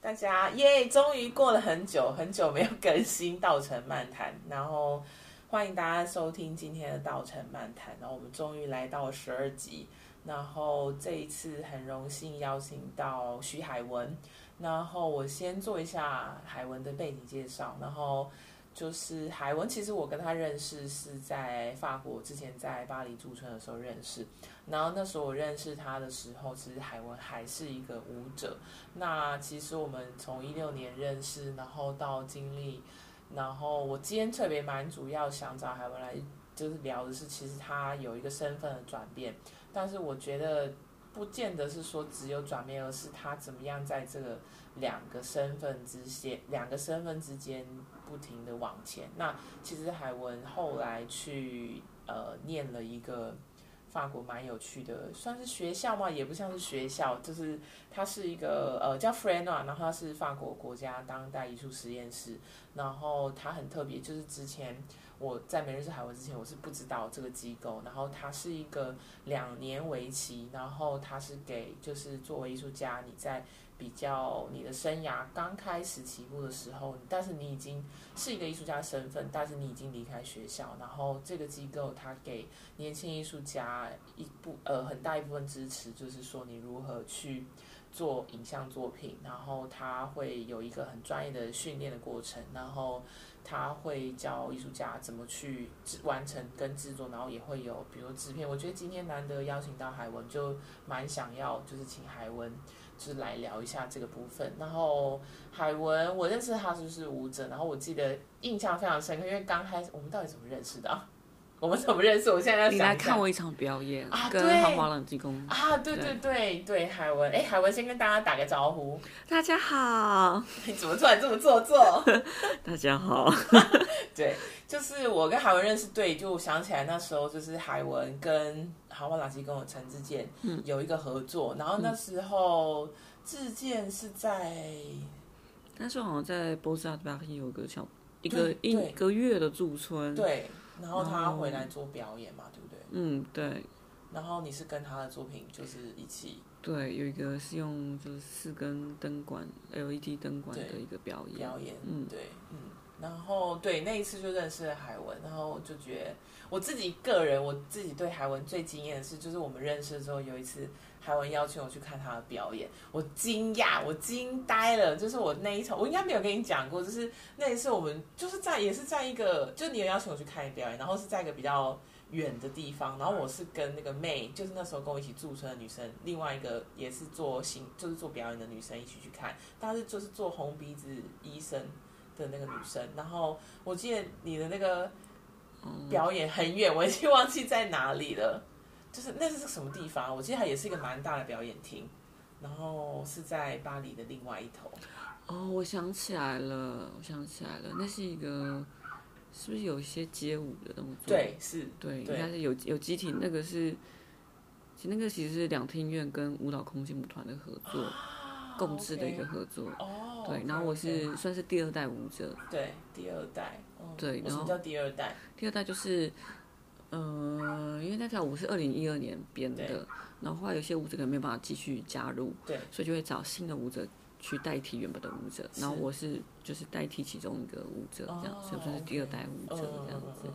大家耶！终于过了很久很久没有更新《稻城漫谈》，然后欢迎大家收听今天的《稻城漫谈》。然后我们终于来到十二集，然后这一次很荣幸邀请到徐海文。然后我先做一下海文的背景介绍，然后就是海文，其实我跟他认识是在法国，之前在巴黎驻村的时候认识。然后那时候我认识他的时候，其实海文还是一个舞者。那其实我们从一六年认识，然后到经历，然后我今天特别蛮主要想找海文来，就是聊的是，其实他有一个身份的转变，但是我觉得不见得是说只有转变，而是他怎么样在这个两个身份之间，两个身份之间不停的往前。那其实海文后来去呃念了一个。法国蛮有趣的，算是学校嘛，也不像是学校，就是它是一个呃叫 f r e n a 然后它是法国国家当代艺术实验室，然后它很特别，就是之前我在没认识海文之前，我是不知道这个机构，然后它是一个两年为期，然后它是给就是作为艺术家你在比较你的生涯刚开始起步的时候，但是你已经是一个艺术家身份，但是你已经离开学校，然后这个机构它给年轻艺术家一部呃很大一部分支持，就是说你如何去做影像作品，然后他会有一个很专业的训练的过程，然后他会教艺术家怎么去制完成跟制作，然后也会有比如制片。我觉得今天难得邀请到海文，就蛮想要就是请海文。就是来聊一下这个部分。然后海文，我认识他就是舞者，然后我记得印象非常深刻，因为刚开始我们到底怎么认识的、啊？ 我们怎么认识？我现在在你想来一看下我一场表演啊跟对汉华朗技工。啊，对对对对，海文，哎，海文先跟大家打个招呼。大家好， 你怎么突然这么做作？ 大家好，对，就是我跟海文认识，对，就我想起来那时候就是海文跟海文老师跟我陈志健有一个合作，然后那时候志健是在但是好像在波斯亚巴黎有个小一对个一对个月的驻村。，对，然后他嗯哦回来做表演嘛，对不对？嗯，对然后你是跟他的作品就是一起对，有一个是用就是四根灯管 LED 灯管对的一个表演。表演，嗯对，嗯，然后对那一次就认识了海文，然后就觉得我自己个人我自己对海文最惊艳的是，就是我们认识之后有一次海文邀请我去看他的表演，我惊讶，我惊呆了，就是我那一场我应该没有跟你讲过，就是那一次我们就是在也是在一个，就你有邀请我去看表演，然后是在一个比较。远的地方，然后我是跟那个妹，就是那时候跟我一起驻村的女生，另外一个也是做行，就是做表演的女生一起去看，但是就是做红鼻子医生的那个女生。然后我记得你的那个嗯表演很远，我已经忘记在哪里了，就是那是什么地方？我记得它也是一个蛮大的表演厅，然后是在巴黎的另外一头。哦，我想起来了，我想起来了，那是一个是不是有一些街舞的动作？对，是，对，应对该是有有机体，那个是，其实那个其实是两厅院跟舞蹈空间舞团的合作，共制的一个合作。哦。对，然后我是算是第二代舞者，对第二代，嗯对为什然么后叫第二代？第二代就是，呃，因为那条舞是二零一二年编的，然后后来有些舞者可能没有办法继续加入，对，所以就会找新的舞者去代替原本的舞者，是然后我是就是代替其中一个舞者这样，哦所以我算是第二代舞者嗯这样子嗯。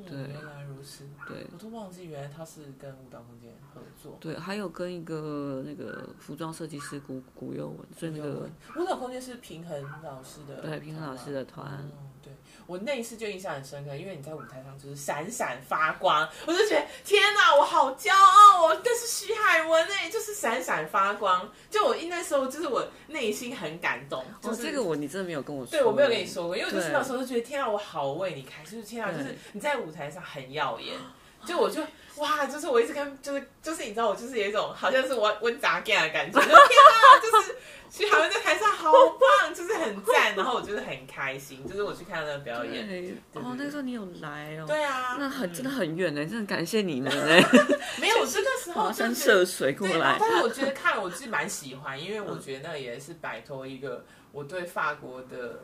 嗯，对原来如此，对，我都忘记原来他是跟舞蹈空间合作。对，还有跟一个那个服装设计师古古佑文，所以那个舞蹈空间是平衡老师的，对平衡老师的团哦嗯，对我那一次就印象很深刻，因为你在舞台上就是闪闪发光，我就觉得天哪，我好骄傲哦！但是徐海文哎、就是闪闪发光，就我那时候就是我内心很感动，就哦，是、这个我你真的没有跟我说，哎对我没有跟你，说过，因为我就是对那时候就觉得天啊，我好为你开心，就是天啊，就对是你在舞台上很耀眼。就我就哇，就是我一直跟，就是就是你知道，我就是有一种好像是我温杂干的感觉，就天啊，就是徐海文在台上好棒，就是很赞，然后我就是很开心，就是我去看那个表演，对，哦，那个时候你有来哦，对啊，那很真嗯的很远呢，真的感 谢你们哎，没有，我这个时候 跋就山是涉水过对，来，嗯但是我觉得看了我自己蛮喜欢，因为我觉得那也是摆脱一个我对法国的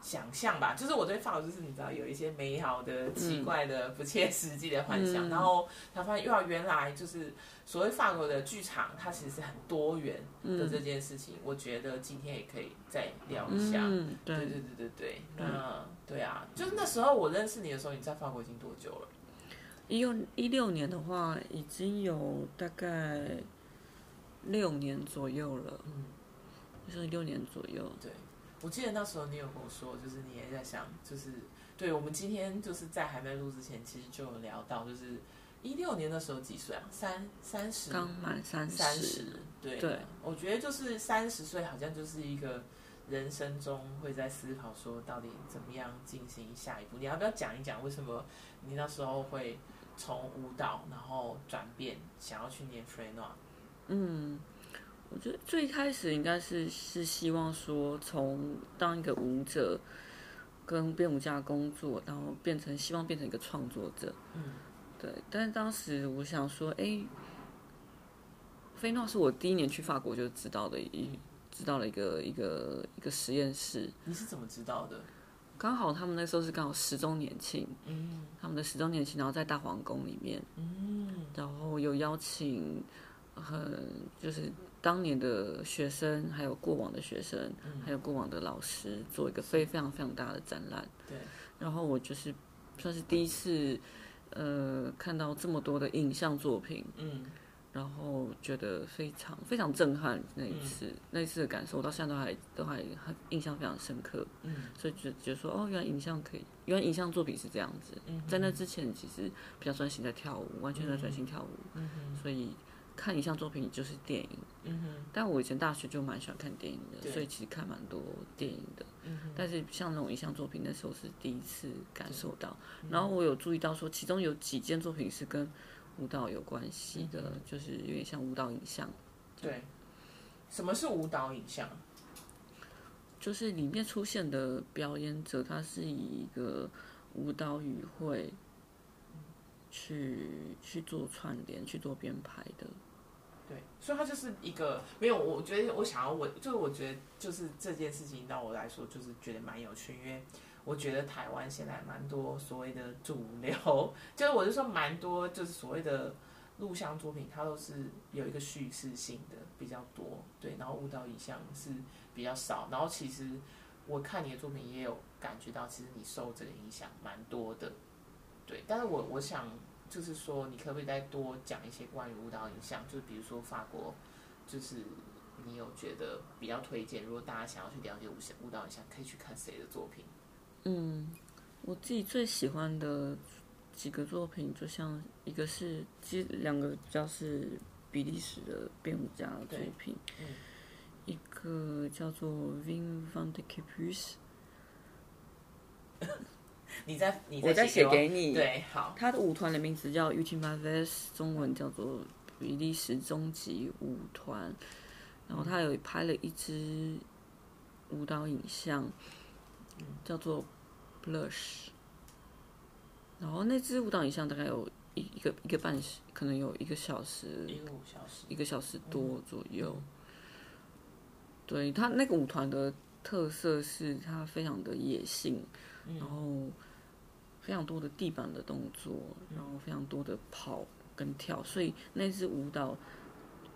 想象吧，就是我对法国就是你知道有一些美好的、奇怪的、 不切实际的幻想，嗯然后才发现又要原来就是所谓法国的剧场，它其实是很多元的嗯这件事情，我觉得今天也可以再聊一下。嗯，对对对，对对对，那对啊，就是那时候我认识你的时候，你在法国已经多久了？一六一六年的话，已经有大概六年左右了，嗯，就是六年左右。我记得那时候你有跟我说，就是你也在想，就是对我们今天就是在还没录之前，其实就有聊到，就是一六年的时候几岁啊？三三十刚满三三十，对对我觉得就是三十岁，好像就是一个人生中会在思考说，到底怎么样进行下一步。你要不要讲一讲为什么你那时候会从舞蹈然后转变，想要去念 f r e n o 嗯，我觉得最开始应该是是希望说，从当一个舞者跟编舞家工作，然后变成希望变成一个创作者。嗯，对。但是当时我想说，哎，菲诺是我第一年去法国就知道的一知道了一个一个一个实验室，你是怎么知道的？刚好他们那时候是刚好十周年庆，嗯他们的十周年庆，然后在大皇宫里面。嗯然后有邀请很就是当年的学生，还有过往的学生，嗯还有过往的老师，做一个非非常非常大的展览。对，然后我就是算是第一次，呃，看到这么多的影像作品，嗯然后觉得非常非常震撼。那嗯一次，那一次的感受，我到现在都还都还很印象非常深刻。嗯所以就觉得说，哦，原来影像可以，原来影像作品是这样子。嗯，在那之前，其实比较专心在跳舞，完全在专心跳舞。嗯哼所以看影像作品就是电影。嗯哼但我以前大学就蛮喜欢看电影的，对所以其实看蛮多电影的。嗯哼，但是像那种影像作品，那时候是第一次感受到。嗯然后我有注意到说，其中有几件作品是跟舞蹈有关系嗯的，就是有点像舞蹈影像，对，什么是舞蹈影像？就是里面出现的表演者，他是以一个舞蹈语汇。嗯去去做串联，去做编排的，对，所以它就是一个没有，我觉得我想要我就是我觉得就是这件事情让我来说就是觉得蛮有趣，因为我觉得台湾现在蛮多所谓的主流， 就是我就说蛮多就是所谓的录像作品，它都是有一个叙事性的比较多，对，然后舞蹈影像是比较少，然后其实我看你的作品也有感觉到，其实你受这个影响蛮多的，对，但是我我想就是说，你可不可以再多讲一些关于舞蹈影像？就比如说法国，就是你有觉得比较推荐，如果大家想要去了解舞舞蹈影像，可以去看谁的作品？嗯，我自己最喜欢的几个作品，就像一个是，其实两个比较是比利时的编舞家的作对品，嗯一个叫做 Vin van de k e p u s 你在你我再写写给你。对，好，他的舞团的名字叫 u t i m a v e s 中文叫做比利时终极舞团。然后他有拍了一支舞蹈影像，叫做 Blush。然后那支舞蹈影像大概有一一个一个半时，可能有一个小时一个五小时，一个小时多左右。对他那个舞团的特色是它非常的野性，然后非常多的地板的动作，然后非常多的跑跟跳，所以那支舞蹈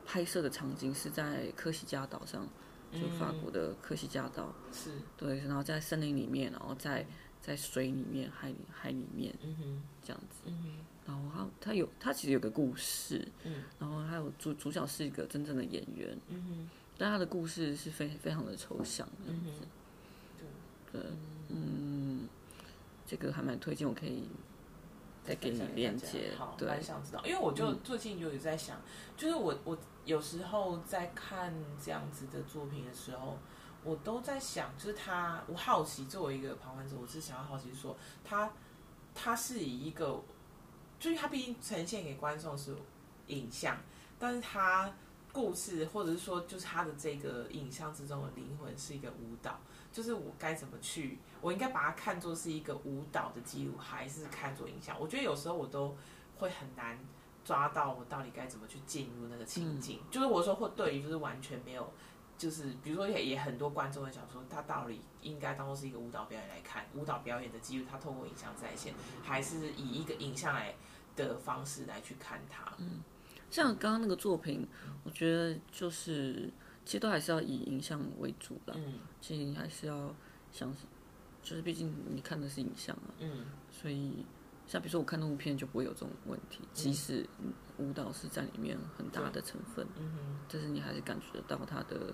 拍摄的场景是在科西嘉岛上，就法国的科西嘉岛。嗯是，对，然后在森林里面，然后在在水里面、海里海里面嗯哼，这样子。嗯然后他他有他其实有个故事，嗯，然后还有主主角是一个真正的演员，哼，嗯哼，但他的故事是非非常的抽象的。嗯哼，嗯这个还蛮推荐，我可以再给你分享链大家接好，。对，嗯蛮想知道，因为我就最近就有在想，就是我我有时候在看这样子的作品的时候，我都在想，就是他，我好奇作为一个旁观者，我是想要好奇说，他他是以一个，就是他毕竟呈现给观众是影像，但是他故事或者是说就是他的这个影像之中的灵魂是一个舞蹈，就是我该怎么去，我应该把它看作是一个舞蹈的记录，还是看作影像？我觉得有时候我都会很难嗯抓到我到底该怎么去进入那个情境，就是我说会对于就是完全没有就是比如说也也很多观众会想说，他到底应该当做是一个舞蹈表演来看，舞蹈表演的记录，他透过影像再现，还是以一个影像来的方式来去看它？像刚刚那个作品，我觉得就是其实都还是要以影像为主啦。嗯其实你还是要想，就是毕竟你看的是影像啊，嗯所以像比如说我看动物片就不会有这种问题，即使舞蹈是在里面很大的成分，嗯哼但是你还是感觉得到它的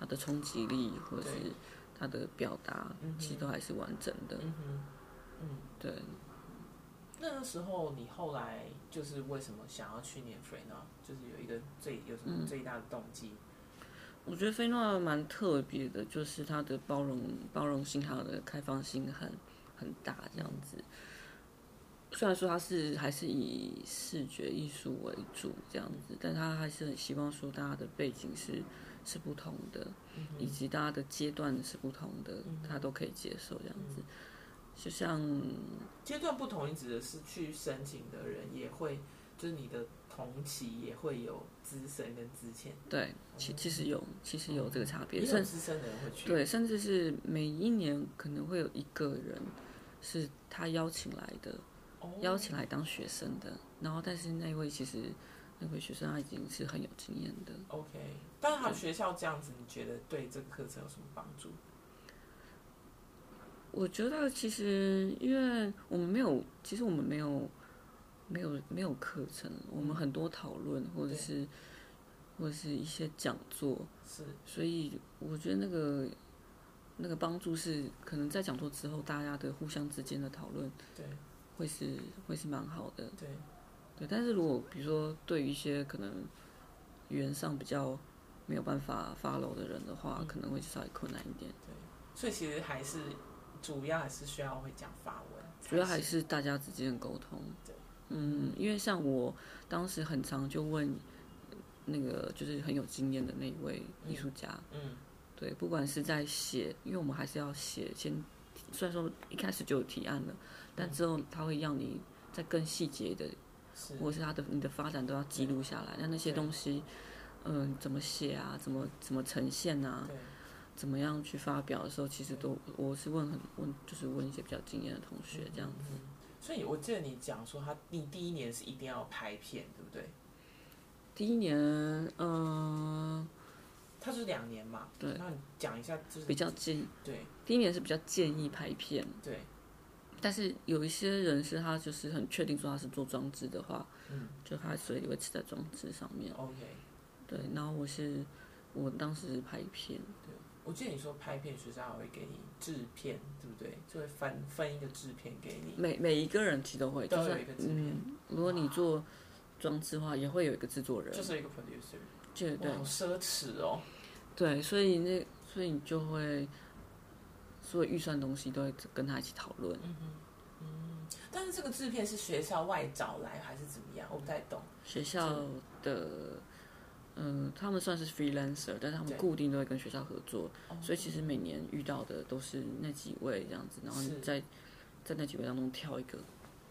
它的冲击力或者是它的表达，其实都还是完整的。嗯哼。对，那个时候你后来就是为什么想要去念 f r e 呢？就是有一个最有什么嗯最大的动机？我觉得菲诺蛮特别的，就是它的包容包容性还有它的开放性很很大这样子。虽然说它是还是以视觉艺术为主这样子，但它还是很希望说大家的背景是是不同的，嗯以及大家的阶段是不同的，他都可以接受这样子。就像阶段不同，你指的是去申请的人也会，就是你的同期也会有资深跟资浅，对，其其实有其实有这个差别，也甚有资深的人会去。对，甚至是每一年可能会有一个人是他邀请来的，哦，邀请来当学生的。然后，但是那一位其实那位学生他已经是很有经验的。 OK，但是他们学校这样子，你觉得对这个课程有什么帮助？我觉得其实因为我们没有，其实我们没有没有没有课程，我们很多讨论或者嗯对是或者是一些讲座，是所以我觉得那个。那个帮助是可能在讲座之后，大家的互相之间的讨论对会是会是蛮好的。对，对，但是如果比如说对于一些可能语言上比较没有办法 follow 的人的话，可能会稍微困难一点。所以其实还是主要还是需要会讲法文才行，主要还是大家之间的沟通对。嗯，因为像我当时很常就问那个就是很有经验的那一位艺术家，嗯对，不管是在写，因为我们还是要写，先虽然说一开始就有提案了，嗯但之后他会让你再更细节的是或是他的你的发展都要记录下来。那那些对东西，嗯、怎么写啊，怎么怎么呈现啊，对。嗯怎么样去发表的时候，其实都我是问很问，就是问一些比较经验的同学这样子。所以我记得你讲说他，你第一年是一定要拍片，对不对？第一年，嗯、他是两年嘛，对那你讲一下就是比较嗯建，对第一年是比较建议拍片，对但是有一些人是他就是很确定说他是做装置的话，嗯就他所以会吃在装置上面。哦，OK。对，然后我是我当时是拍片，我记得你说拍片学校还会给你制片，对不对？就会分分一个制片给你，每每一个人其实都会，都就有算一个制片嗯，如果你做装置的话，也会有一个制作人，就是一个 producer，对对哇，好奢侈哦。对，所以那所以你就会，所有预算东西都会跟他一起讨论。但是这个制片是学校外找来还是怎么样？我不太懂。学校的，嗯，他们算是 freelancer，但是他们对固定都会跟学校合作，哦所以其实每年遇到的都是那几位这样子，然后你是在在那几位当中挑一个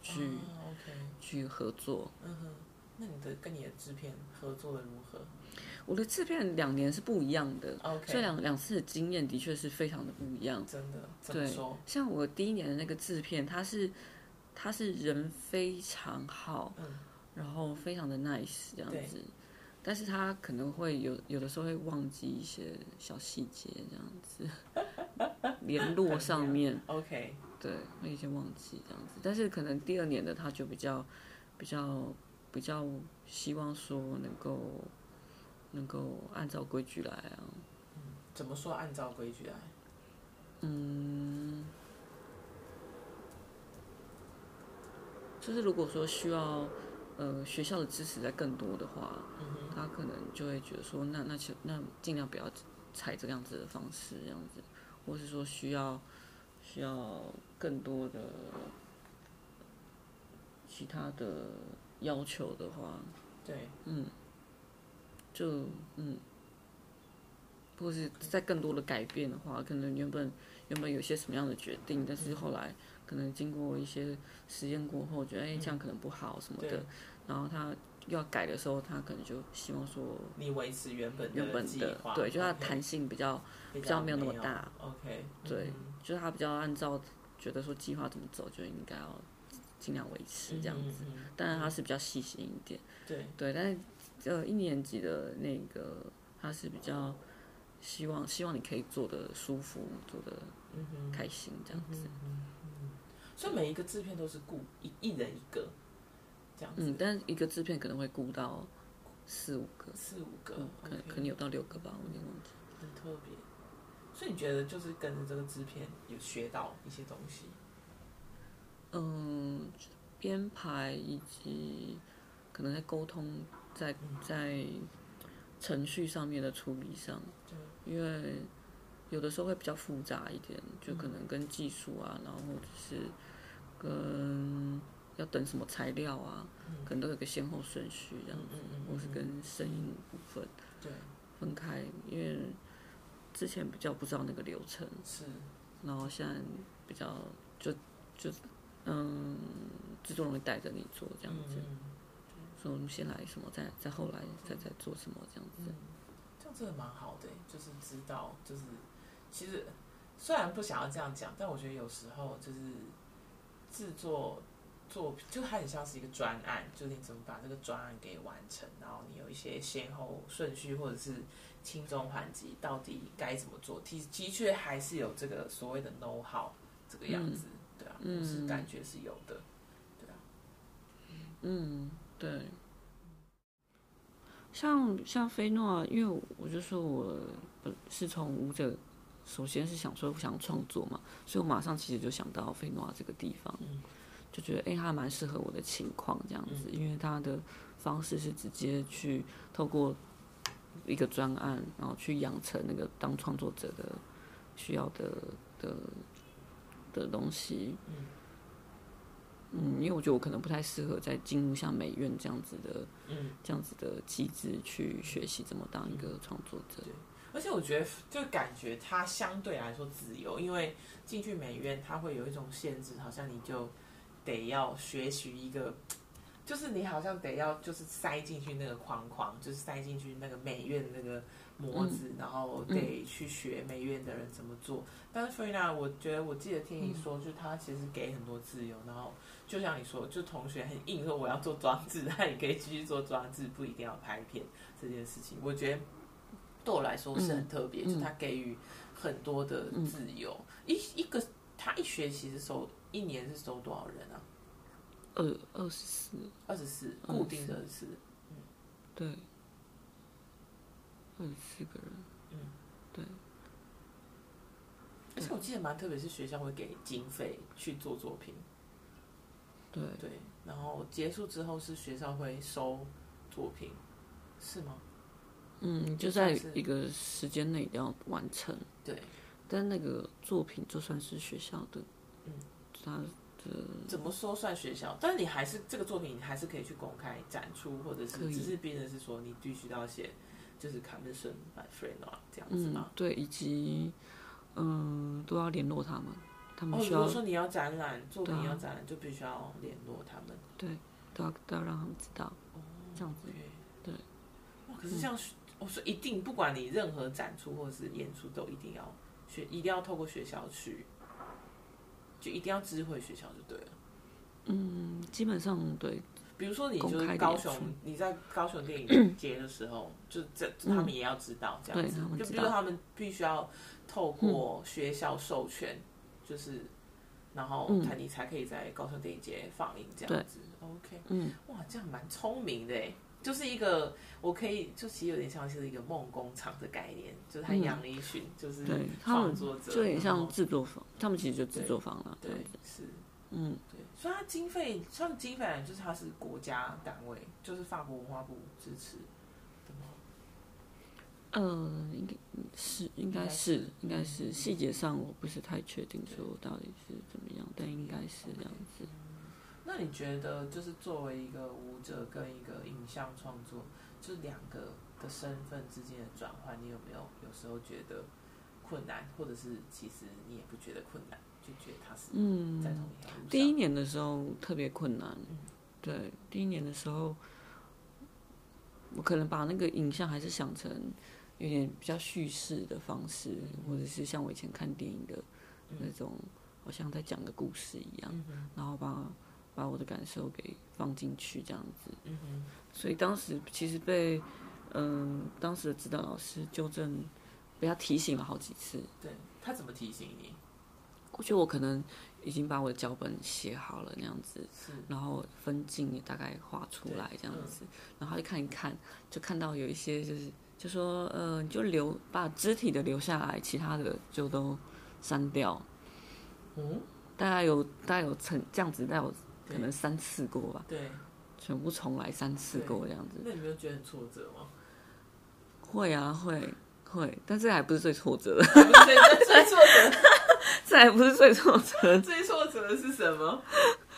去、哦 OK，去合作。嗯哼，那你的跟你的制片合作的如何我的制片两年是不一样的所以？OK，两两次的经验的确是非常的不一样。真的怎么对说？，像我第一年的那个制片，他是他是人非常好，嗯然后非常的 nice 这样对子，但是他可能会有有的时候会忘记一些小细节这样子， 联络上面？OK，对会有些忘记这样子，但是可能第二年的他就比较比较比较希望说能够能够按照规矩来啊，嗯怎么说？按照规矩啊来。嗯就是如果说需要呃学校的支持再更多的话，他可能就会觉得说，那那就那尽量不要采这个样子的方式，这样子，或是说需要需要更多的其他的要求的话，对，就嗯，或是在更多的改变的话，可能原本原本有些什么样的决定，但是后来可能经过一些实验过后，觉得哎、这样可能不好什么的对，然后他要改的时候，他可能就希望说你维持原本嗯原本计的划，对，就它 OK，弹性比较，比较没有那么有大。 OK，对嗯，就是他比较按照觉得说计划怎么走就应该要尽量维持这样子，，嗯嗯嗯但是他是比较细心一点。对，对，但是呃，一年级的那个他是比较希望希望你可以做的舒服，做的嗯哼，开心这样子。所以每一个制片都是雇一一人一个，这样嗯子，，但是一个制片可能会顾到四五个，四五个嗯，可能可 OK，能有到六个吧，我有点忘记。很特别。所以你觉得就是跟着这个制片有学到一些东西，嗯，编排以及可能在沟通，在在程序上面的处理上，因为有的时候会比较复杂一点，就嗯可能跟技术啊，然后或者是跟要等什么材料啊，可能都有个先后顺序这样嗯子嗯嗯，或是跟声音部分对，分开，因为之前比较不知道那个流程。是然后现在比较就就嗯，制作人会带着你做这样子，嗯嗯所以我们先来什么，再再后来再再做什么这样子。这样真的蛮好的欸，就是知道，就是其实虽然不想要这样讲，但我觉得有时候就是制作作品，就它很像是一个专案，就是你怎么把这个专案给完成，然后你有一些先后顺序或者是轻重缓急，到底该怎么做，的的确还是有这个所谓的 know how 这个样子，对啊，嗯我是感觉是有的。嗯，对。像像菲诺，啊因为我我就说我本是从舞者，首先是想说想创作嘛，所以我马上其实就想到菲诺这个地方，就觉得哎、诶还蛮适合我的情况这样子，因为他的方式是直接去透过一个专案，然后去养成那个当创作者的需要的的的东西。嗯，因为我觉得我可能不太适合在进入像美院这样子的，嗯，这样子的机制去学习怎么当一个创作者。而且我觉得，就感觉它相对来说自由，因为进去美院，它会有一种限制，好像你就得要学习一个，就是你好像得要就是塞进去那个框框，就是塞进去那个美院那个模子，然后得去学美院的人怎么做。但是 Frina，我觉得我记得听你说，就他其实给很多自由，然后就像你说，就同学很硬说我要做装置， 那你可以继续做装置，不一定要拍片这件事情，我觉得。对我来说是很特别，嗯就他给予很多的自由。一一个他一学期是收一年是收多少人啊？二二十四，二十四，嗯固定的二十四。对，二十四个人。而且我记得蛮特别，是学校会给经费去做作品，对，对。然后结束之后是学校会收作品，是吗？嗯，就就在算是一个时间内一定要完成。对，但那个作品就算是学校的，嗯，他怎么说算学校？但是你还是这个作品，你还是可以去公开展出，或者是可以只是别人是说你必须要写，就是 commission by friend 啊这样子嗯吗？，对，以及嗯、都要联络他们，他们哦，需如要、果说你要展览作品对啊要展览，就必须要联络他们。对，都要都要让他们知道，这样子。对。嗯哇，可是这样，我说一定，不管你任何展出或是演出，都一定要学，一定要透过学校去，就一定要知会学校就对了。嗯，基本上对，比如说，你就公开是的高演雄出，你在高雄电影节的时 候，就这他们也要知道这样嗯对子他们，就知比如道他们必须要透过学校授权，就是然后嗯才你才可以在高雄电影节放映这对样子。OK，嗯，哇，这样蛮聪明的诶，就是一个我可以就其实有点像是一个梦工厂的概念，就是他嗯养了一群就是对他创们作者，就有点然像后制作方，他们其实就制作方了。对这样子是嗯，对，所以它经费像经费就是它是国家单位，就是法国文化部支持的吗？呃，应该是应该是应该是细节上我不是太确定说到底是怎么样，但应该是这样子。那你觉得就是作为一个舞者跟一个影像创作，就两个的身份之间的转换，你有没有有时候觉得困难，或者是其实你也不觉得困难，就觉得它是嗯在同一条路上？第一年的时候特别困难，对，第一年的时候，我可能把那个影像还是想成有点比较叙事的方式，或者是像我以前看电影的那种，好像在讲个故事嗯一样，然后把把我的感受给放进去这样子。嗯所以当时其实被嗯、当时的指导老师纠正，被他提醒了好几次。对他怎么提醒你？我觉得我可能已经把我的脚本写好了那样子，是然后分镜也大概画出来这样子，然后他就看一看，就看到有一些就是就说呃，你就留把肢体的留下来，其他的就都删掉。嗯，大概有大概有成这样子，大概有对可能三次过吧，对，全部重来三次对过这样子。那你没有觉得很挫折 吗？会啊，会会，但这还不是最挫折的，不是最最挫折，这还不是最挫折的。最挫折的是什 么？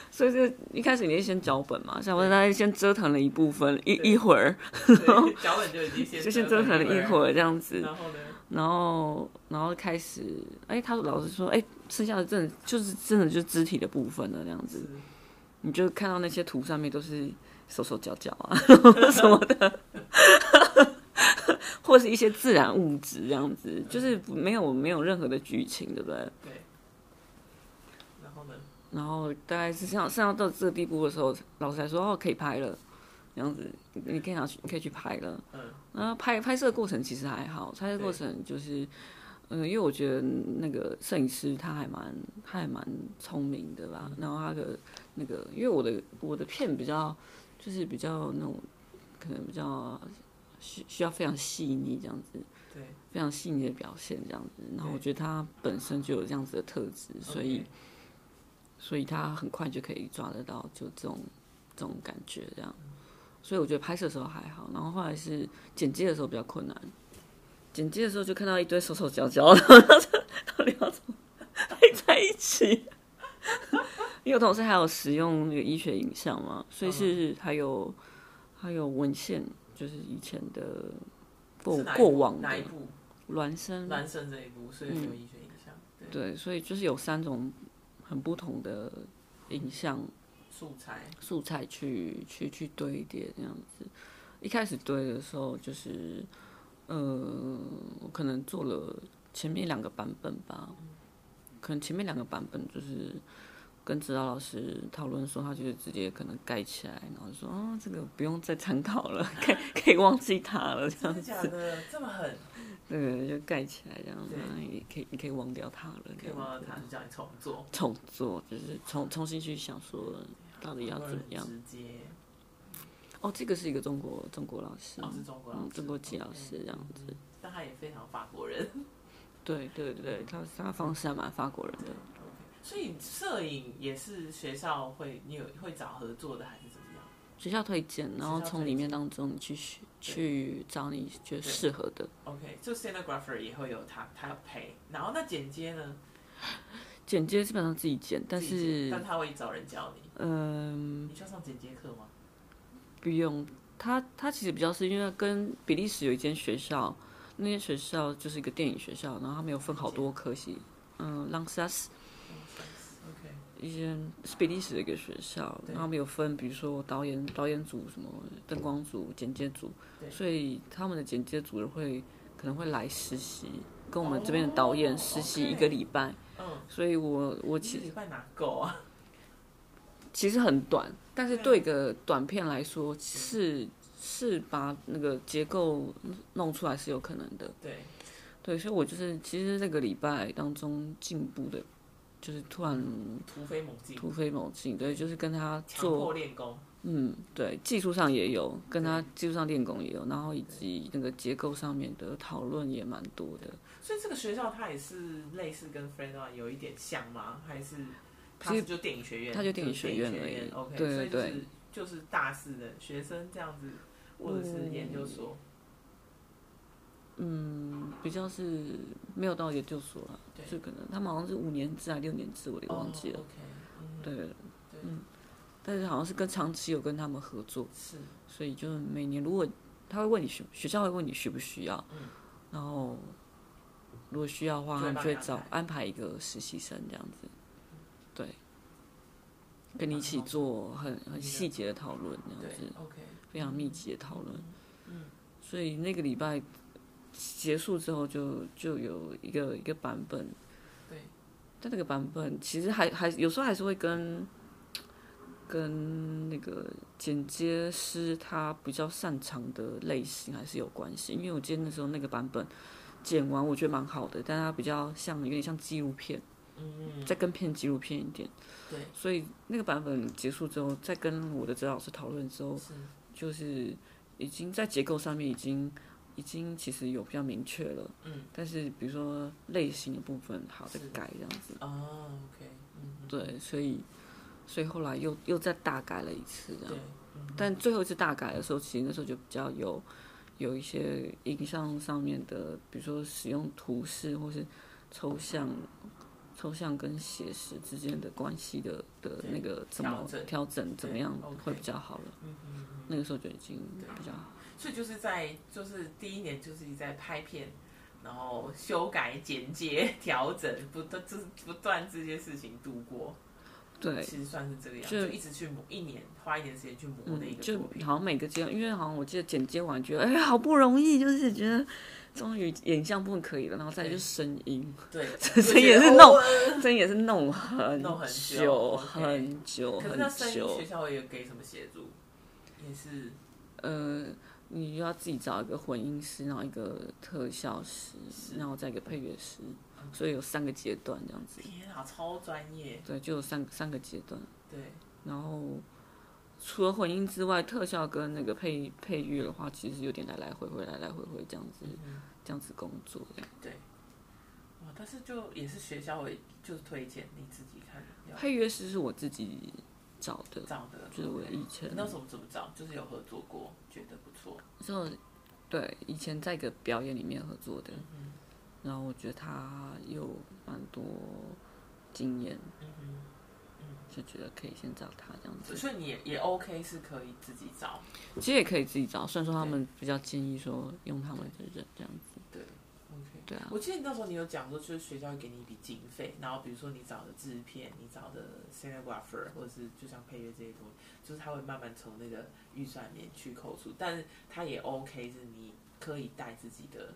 所以就一开始你就先脚本嘛，像我大概先折腾了一部分，一一会儿对脚本就已经先就先折腾了一会儿，儿这样子，然后呢？然后然后开始，哎、他老师说，哎、剩下的真的就是真的就是肢体的部分了，这样子，你就看到那些图上面都是手手脚脚啊 什么的， 或是一些自然物质这样子，就是没有没有任何的剧情，对不对？对，然后呢？然后大概是上上到这个地步的时候，老师才说哦可以拍了，这样子你可以拿去你可以去拍了。嗯，然后拍拍摄过程其实还好，拍摄过程就是，嗯、因为我觉得那个摄影师他还蛮他还蛮聪明的吧。然后他的那个，因为我的我的片比较就是比较那种可能比较需需要非常细腻这样子，对，非常细腻的表现这样子。然后我觉得他本身就有这样子的特质，所以。所以他很快就可以抓得到，就这种这种感觉这样。所以我觉得拍摄的时候还好，然后后来是剪接的时候比较困难。剪接的时候就看到一堆手手脚脚，然后 到底要怎么配在一起？因为我同事还有使用那个医学影像嘛，所以是还有还有文献，就是以前的过是哪一过往的嗯哪一部孪生男生这一部，所以没有医学影像，对，对，所以就是有三种很不同的影像素材，素材去去去堆叠这样子。一开始堆的时候，就是呃，我可能做了前面两个版本吧，可能前面两个版本就是跟指导老师讨论说，他就是直接可能盖起来，然后说啊、这个不用再参考了， 可以可以忘记它了 这真样的子。假的？这么狠，对，就盖起来这样子对，然后你可以你可以忘掉它了，这可以样忘了子他，就叫你重做，重做，就是重重新去想说到底要怎么样。很直接，哦，这个是一个中国中国老师，哦，是中国老嗯，师，中国籍老师这样子。嗯，但他也非常法国人，对对对，他他方式还蛮法国人的。所以摄影也是学校会，你有会找合作的还是怎么样？学校推荐，然后从里面当中你去学，去找你觉得适合的。 OK，就 scenographer 也会有他，他要陪。然后那剪接呢？剪接基本上自己剪，但自己剪是但他会找人教你。嗯，你需要上剪接课吗？不用。他他其实比较是因为跟比利时有一间学校，那间学校就是一个电影学校，然后他们有分好多科系，嗯，朗斯斯 OK，一些是比利时的一个学校，对然后他们有分，比如说导演导演组、什么灯光组、剪接组，对所以他们的剪接组会可能会来实习，跟我们这边的导演哦实习 OK 一个礼拜。嗯，所以我我一其个礼拜哪够啊？其实很短，但是对啊对一个短片来说是是把那个结构弄出来是有可能的。对，对，所以我就是其实这个礼拜当中进步的，就是突然嗯突飞猛进，突飞猛进，对，就是跟他强做迫练功。嗯，对，技术上也有，跟他技术上练功也有，然后以及那个结构上面的讨论也蛮多的。所以这个学校它也是类似跟 f r e n d o 有一点像吗？还是它其是实就电影学院？它就电影学院就是而已电影学院 OK，对所以就对是就是大四的学生这样子，或者是研究所。嗯，比较是没有到研究所了，对就可能他们好像是五年制还是六年制，我也忘记了。哦 OK，对，对嗯，但是好像是跟长期有跟他们合作嗯，，是所以就是每年如果他会问你需学校会问你需不需要，嗯然后如果需要的话，就会他们帮就你会安找排嗯安排一个实习生这样子，对，跟你一蛮起好的做很你的很细节的讨论，这样对子，OK，非常密集的讨论。嗯嗯，所以那个礼拜结束之后就就有一个一个版本，对，但那个版本其实还还有时候还是会跟跟那个剪接师他比较擅长的类型还是有关系，因为我记得那时候那个版本剪完我觉得蛮好的，但它比较像有点像纪录片，嗯，再跟片纪录片一点。对，所以那个版本结束之后，再跟我的指导老师讨论之后，是，就是已经在结构上面已经已经其实有比较明确了，嗯，但是比如说类型的部分还要再是改这样子，哦，OK，嗯，对，所以所以后来又又再大改了一次这样，对，嗯，但最后一次大改的时候，其实那时候就比较有有一些影像上面的，比如说使用图示或是抽象。抽象跟写实之间的关系的的对那个怎么调整调整怎么对样，OK 会比较好了？嗯嗯嗯，那个时候就已经对比较好。所以就是在就是第一年就是一直在拍片，然后修改、剪接、调整，不断就是不断这些事情度过，对，其实算是这个样就子，就一直去磨，一年花一年时间去磨的一嗯，个就作品，好像每个阶段，因为好像我记得剪接完觉得，哎、好不容易，就是觉得终于影像部分可以了，然后再来就对是声 音，对， 这就觉也得是哦弄呃声音也是弄很弄很久久很久可是那很声音久学，校也有给什么协助？也是呃，你要自己找一个混音师，然后一个特效师，然后再一个配乐师，嗯所以有三个阶段这样子，天啊，超专业，对，就有三三个阶段。对，然后除了混音之外，特效跟那个配配乐的话，其实有点来来回回，来来回回这样子，嗯这样子工作。哇，但是就也是学校会就是推荐你自己看要配乐师是我自己找的，找的，就是我以前那时候怎么找？就是有合作过，觉得不错，就对以前在一个表演里面合嗯作的，然后我觉得他有蛮多经验，嗯哼。就觉得可以先找他这样子。所以你也也 OK 是可以自己找，其实也可以自己找，虽然说他们比较建议说用他们的人这样子。对，OK。对啊，我记得你那时候你有讲说，就是学校会给你一笔经费，然后比如说你找的制片，你找的 cinematographer，或者是就像配乐这些东西，就是他会慢慢从那个预算里面去扣除，但是他也 OK 是你可以带自己的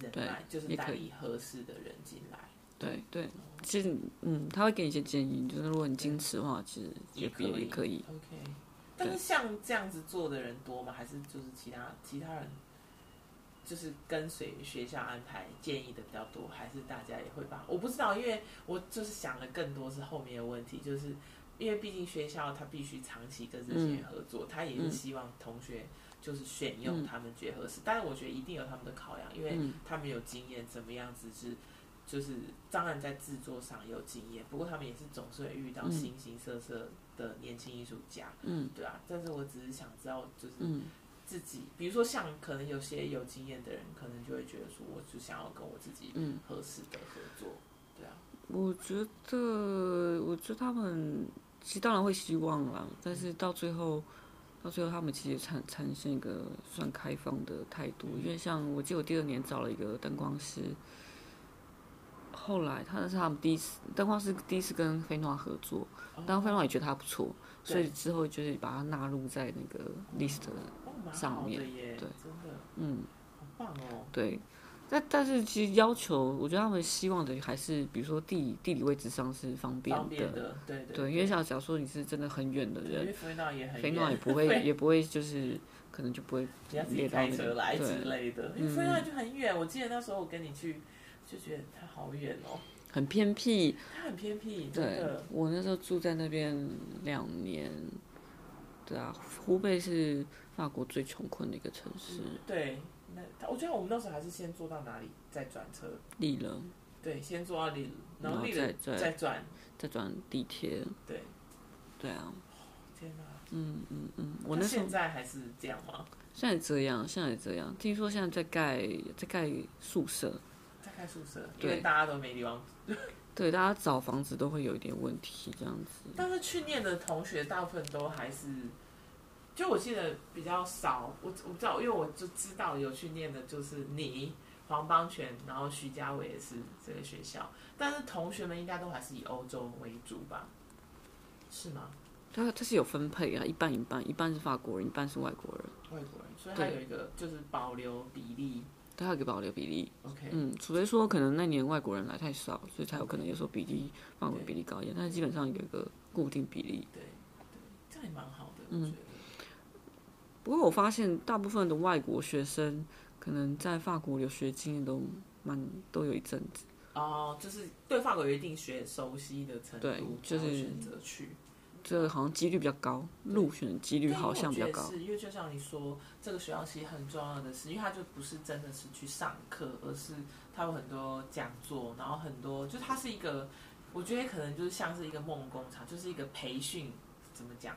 人来，对就是也带可以你合适的人进来，对对，其实嗯，他会给你一些建议，就是如果你矜持的话，其实也也可以也可以。 OK。但是像这样子做的人多吗？还是就是其他其他人，就是跟随学校安排建议的比较多，还是大家也会把？我不知道，因为我就是想的更多是后面的问题，就是因为毕竟学校他必须长期跟这些人合作，他也是希望同学就是选用他们觉得合适。当然，我觉得一定有他们的考量，因为嗯他们有经验，怎么样子是。就是当然在制作上有经验，不过他们也是总是会遇到嗯形形色色的年轻艺术家，嗯对啊，但是我只是想知道，就是嗯，自己，比如说像可能有些有经验的人，可能就会觉得说，我就想要跟我自己嗯合适的合作，对啊，我觉得，我觉得他们其实当然会希望啦，但是到最后，到最后他们其实产产生一个算开放的态度，因为像我记得我第二年找了一个灯光师，后来他那是他们第一次灯光师第一次跟菲诺合作，哦但菲诺也觉得他不错，所以对之后就是把他纳入在那个 list，哦，蛮上好的面耶，对真的嗯。好棒哦，对，但但是其实要求，我觉得他们希望的还是，比如说地地理位置上是方便方便的，对对对，因为像假如说你是真的很远的对因人，为飞到也很飞诺远，也不会也不会就是可能就不会你要自己列到开那车个来对之类的，因为飞到就很远。我记得那时候我跟你去，就觉得它好远哦，很偏僻。它很偏僻，真对的，我那时候住在那边两年，对啊，湖北是法国最穷困的一个城市，嗯对。那我觉得我们那时候还是先坐到哪里，再转车立了对，先坐到里，然然后后立了哦再再转。再转地铁，对，对啊，天哪！嗯嗯嗯，我那那时候现在还是这样吗？现在这样，现在这样，听说现在在盖在盖宿舍。在开宿舍，因对为大家都没地方。对，大家找房子都会有一点问题，这样子。但是去念的同学大部分都还是，就我记得比较少。我我不知道，因为我就知道有去念的就是你。黄邦全，然后徐家伟也是这个学校，但是同学们应该都还是以欧洲为主吧？是吗？它它是有分配啊，一半一半，一半是法国人，一半是外国人，外国人，所以它对有一个就是保留比例。它有一个保留比例。 OK，嗯，除非说可能那年外国人来太少，所以才有可能有时候比例法国比例高一点，但是基本上有一个固定比例。对对，这样也蛮好的，我觉得。不过我发现大部分的外国学生可能在法国留学经验都蛮都有一阵子，哦，就是对法国有一定学熟悉的程度，对就才会是选择去。这好像几率比较高，入选几率对好像比较因为我高觉。得是因为就像你说，这个学校其实很重要的是，因为它就不是真的是去上课，而是它有很多讲座，然后很多就是它是一个，我觉得可能就是像是一个梦工厂，就是一个培训，怎么讲？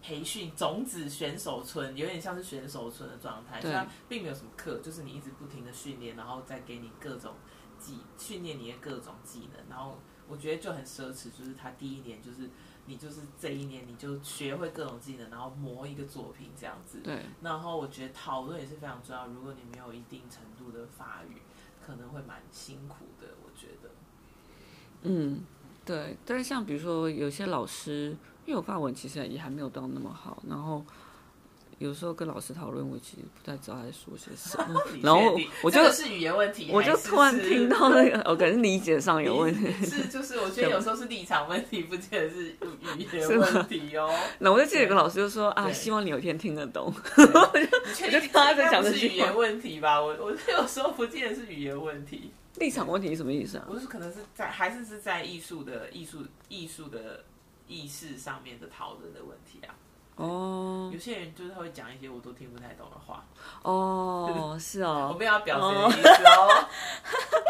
培训种子选手村有点像是选手村的状态，所对以它并没有什么课，就是你一直不停的训练，然后再给你各种技训练你的各种技能，然后我觉得就很奢侈，就是他第一年就是你就是这一年你就学会各种技能，然后磨一个作品这样子。对，然后我觉得讨论也是非常重要，如果你没有一定程度的法语，可能会蛮辛苦的。我觉得，嗯，对。但是像比如说有些老师，因为我法文其实也还没有到那么好，然后有时候跟老师讨论，我其实不太知道他在说些什么你。然后确定我就这个是语言问题，我就还是突然是 听到那个，我可能理解上有问题。是就是，我觉得有时候是立场问题，不见得是语言问题哦。 那我就记得有个老师就说啊，对希望你有一天听得懂。你确我定就刚刚在讲这应该不是这句语话言问题吧？我 我有时候不见得是语言问题。立场问题是什么意思啊？我是可能是在还是是在艺术的艺术艺术的意识上面的讨论的问题啊。 哦有些人就是他会讲一些我都听不太懂的话，哦，是我哦，没有要表谁的意思哦。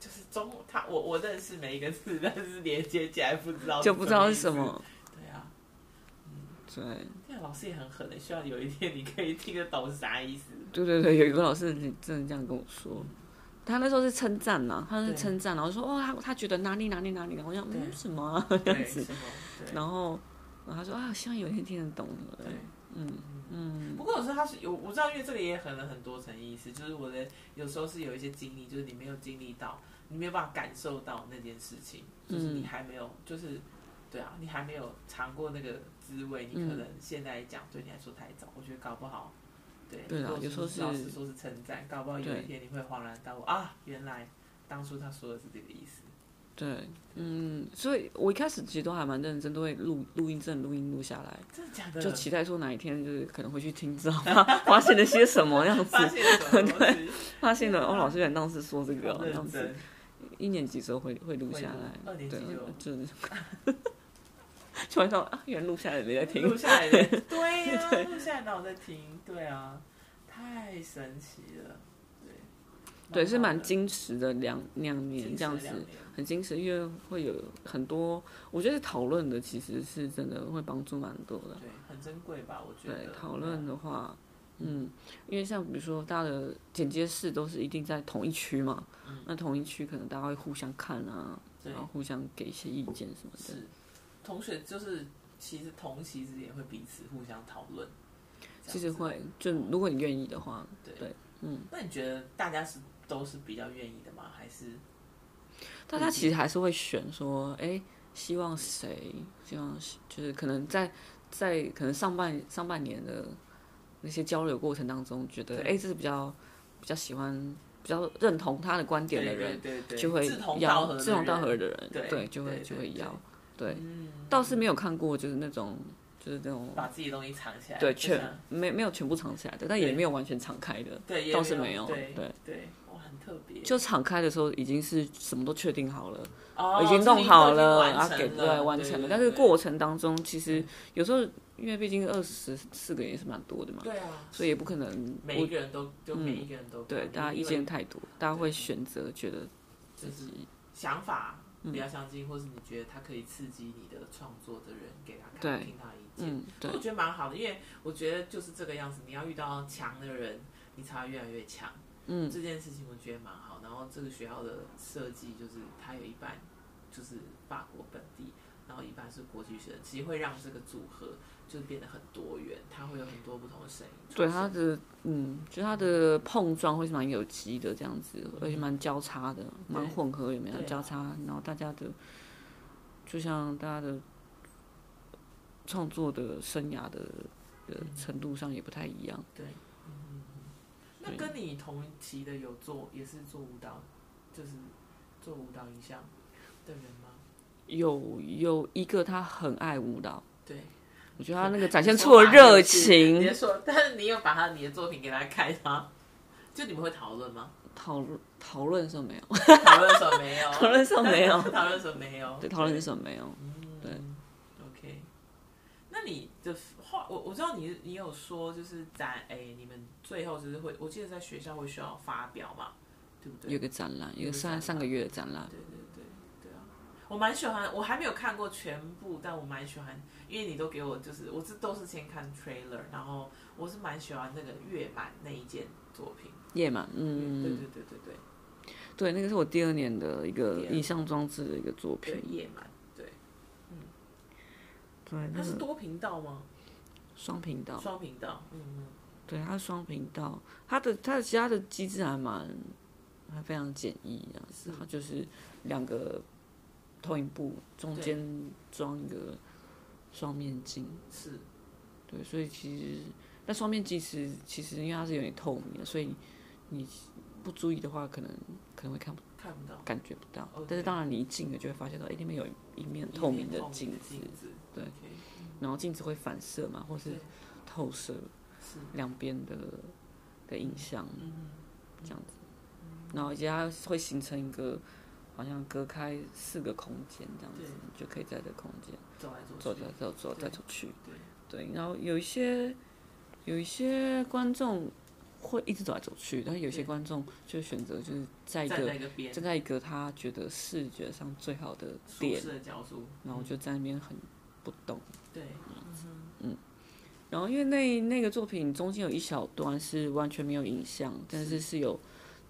就是中他我我认识每一个字，但是连接起来不知道就不知道是什意么。思。对啊，对，那个老师也很狠欸的，希望有一天你可以听得懂是啥意思。对对对，有一个老师真的这样跟我说。他那时候是称赞呐，他是对称赞，然后说哦，他他觉得哪里哪里哪里，然后我想对嗯什么啊、这样 对，子，什么？对。然后然后他说啊，希望有一天听得懂了对，嗯嗯，不过有时候他是有，我知道，因为这个也可能很多层意思，就是我的有时候是有一些经历，就是你没有经历到，你没有办法感受到那件事情，嗯就是你还没有，就是对啊，你还没有尝过那个滋味，你可能嗯现在讲对你来说太早，我觉得搞不好，对，对啦如果有时候是是老师说是称赞，搞不好有对一天你会恍然大悟啊，原来当初他说的是这个意思，对，嗯，所以我一开始其实都还蛮认真，都会录录音证录音录下来，真的假的？就期待说哪一天就是可能回去听，知道吗？ 发现了些什么样子，发 现了什么东西？发现了哦，老师原来当时说这个、好哦，这样认子真，，一年级时候会会录下来，二年级对就，就是 突然想啊，原来录下来没在听录，下来的， 对呀、录下来然后再听，对啊，太神奇了，对，对，是蛮惊矜持的两两年这样子，很矜持，因为会有很多，我觉得讨论的其实是真的会帮助蛮多的。对，很珍贵吧？我觉对得，讨论的话，嗯，因为像比如说大家的剪接室都是一定在同一区嘛，那同一区可能大家会互相看啊，嗯对然后互相给一些意见什么的。是同学，就是其实同席之间也会彼此互相讨论，这样其实子。会，就如果你愿意的话，对对，嗯，那你觉得大家是都是比较愿意的吗？还是大家其实还是会选说，哎，希望谁，希望是就是可能在在可能上半上半年的那些交流过程当中，觉得对哎，这是比较比较喜欢、比较认同他的观点的人，对对对对就会志同道合邀的志同道人合的人，对对，就会对就会对邀，对，嗯，倒是没有看过就是那种就是那种把自己的东西藏起来，对就全像没没有全部敞起来的，但也对没有完全敞开的， 对，也倒是没有对对对，哇，很特别，就敞开的时候已经是什么都确定好了。哦已经弄好这个已了，经啊，完成给对完成了。对嗯但是过程当中，其实对有时候因为毕竟二十四个人也是蛮多的嘛，对啊，所以也不可能每一我个人都就嗯每一个人都对大家意因为见太多，大家会选择觉得就自是己嗯想法比较相近，或是你觉得他可以刺激你的创作的人，给他看对听他的意见。嗯对我觉得蛮好的，因为我觉得就是这个样子，你要遇到强的人，你才会越来越强。嗯这件事情我觉得蛮好。然后这个学校的设计就是它有一半就是法国本地，然后一半是国际学生，其实会让这个组合就变得很多元，它会有很多不同的声音出现。对它的嗯，就它的碰撞会是蛮有机的这样子，嗯而且蛮交叉的，蛮混合有没有对啊交叉，然后大家的就像大家的创作的生涯的的嗯程度上也不太一样。那跟你同期的有做，也是做舞蹈，就是做舞蹈影像的人吗？有有一个他很爱舞蹈，对，我觉得他那个展现出了热你情。别说，但是你有把他你的作品给他看吗？就你们会讨论吗？讨论讨论上没有，讨论什么没有？讨论上 没有，讨论什么没有？对，讨论上没有。对嗯，OK。那你的画，我我知道你你有说就是在哎、你们最后就是会，我记得在学校会需要发表嘛，对不对？有个展览，有有个个展览上上个月的展览，对对对对啊！我蛮喜欢，我还没有看过全部，但我蛮喜欢，因为你都给我就是，我这都是先看 trailer，然后我是蛮喜欢那个月满那一件作品。夜满，嗯，对对对对对对，那个是我第二年的一个第二影像装置的一个作品对，。夜满，对，对，它那是个多频道吗？双频道，双频道，嗯对，它是双频道，它的它的其他的机制还蛮还非常简易啊，是它就是两个投影布中对间装一个双面镜，嗯，是对，所以其实那双面镜其实其实因为它是有点透明的，所以你不注意的话，可能可能会看不看不到感觉不到 OK 但是当然你一近了就会发现到，哎、那边有一面透明的镜子，镜子，对 OK，然后镜子会反射嘛，或是对透射是两边的的影像，嗯这样子，然后以及它会形成一个好像隔开四个空间这样子，对你就可以在这空间走来走走去走，走走对再走去，对对，然后有一些有一些观众会一直走来走去，但是有些对观众就选择就是在一站个在一个边站在一个他觉得视觉上最好的舒点，适嗯的角度，嗯然后我就嗯在那边很不懂。对，然后因为那那个作品中间有一小段是完全没有影像，但是是有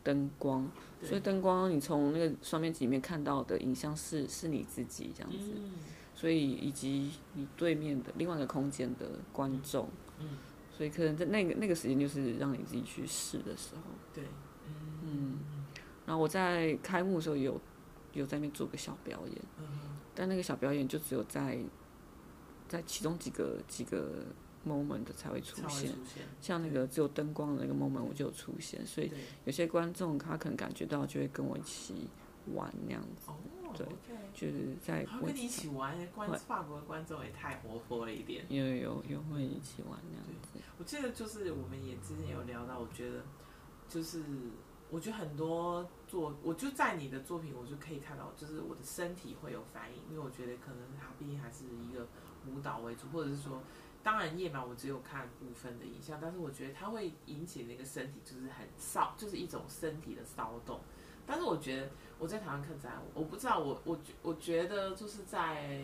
灯光，对所以灯光你从那个双面镜里面看到的影像是是你自己这样子，嗯所以以及你对面的另外一个空间的观众，嗯所以可能在那个那个时间就是让你自己去试的时候。对，嗯然后我在开幕的时候有有在那边做个小表演，嗯但那个小表演就只有在在其中几个几个 moment 才会出才会现。出现，像那个只有灯光的那个 moment 我就有出现，所以对有些观众他可能感觉到就会跟我一起玩那样子，哦对，OK，就是在他哎我跟你一起玩，观会法国的观众也太活泼了一点。有有有会一起玩那样子，我记得就是我们也之前有聊到，我觉得就是我觉得很多作，我就在你的作品，我就可以看到，就是我的身体会有反应，因为我觉得可能它毕竟还是一个舞蹈为主，或者是说，当然夜晚我只有看部分的影像，但是我觉得它会引起那个身体就是很骚，就是一种身体的骚动。但是我觉得我在台湾看展览，我不知道我我觉我觉得就是在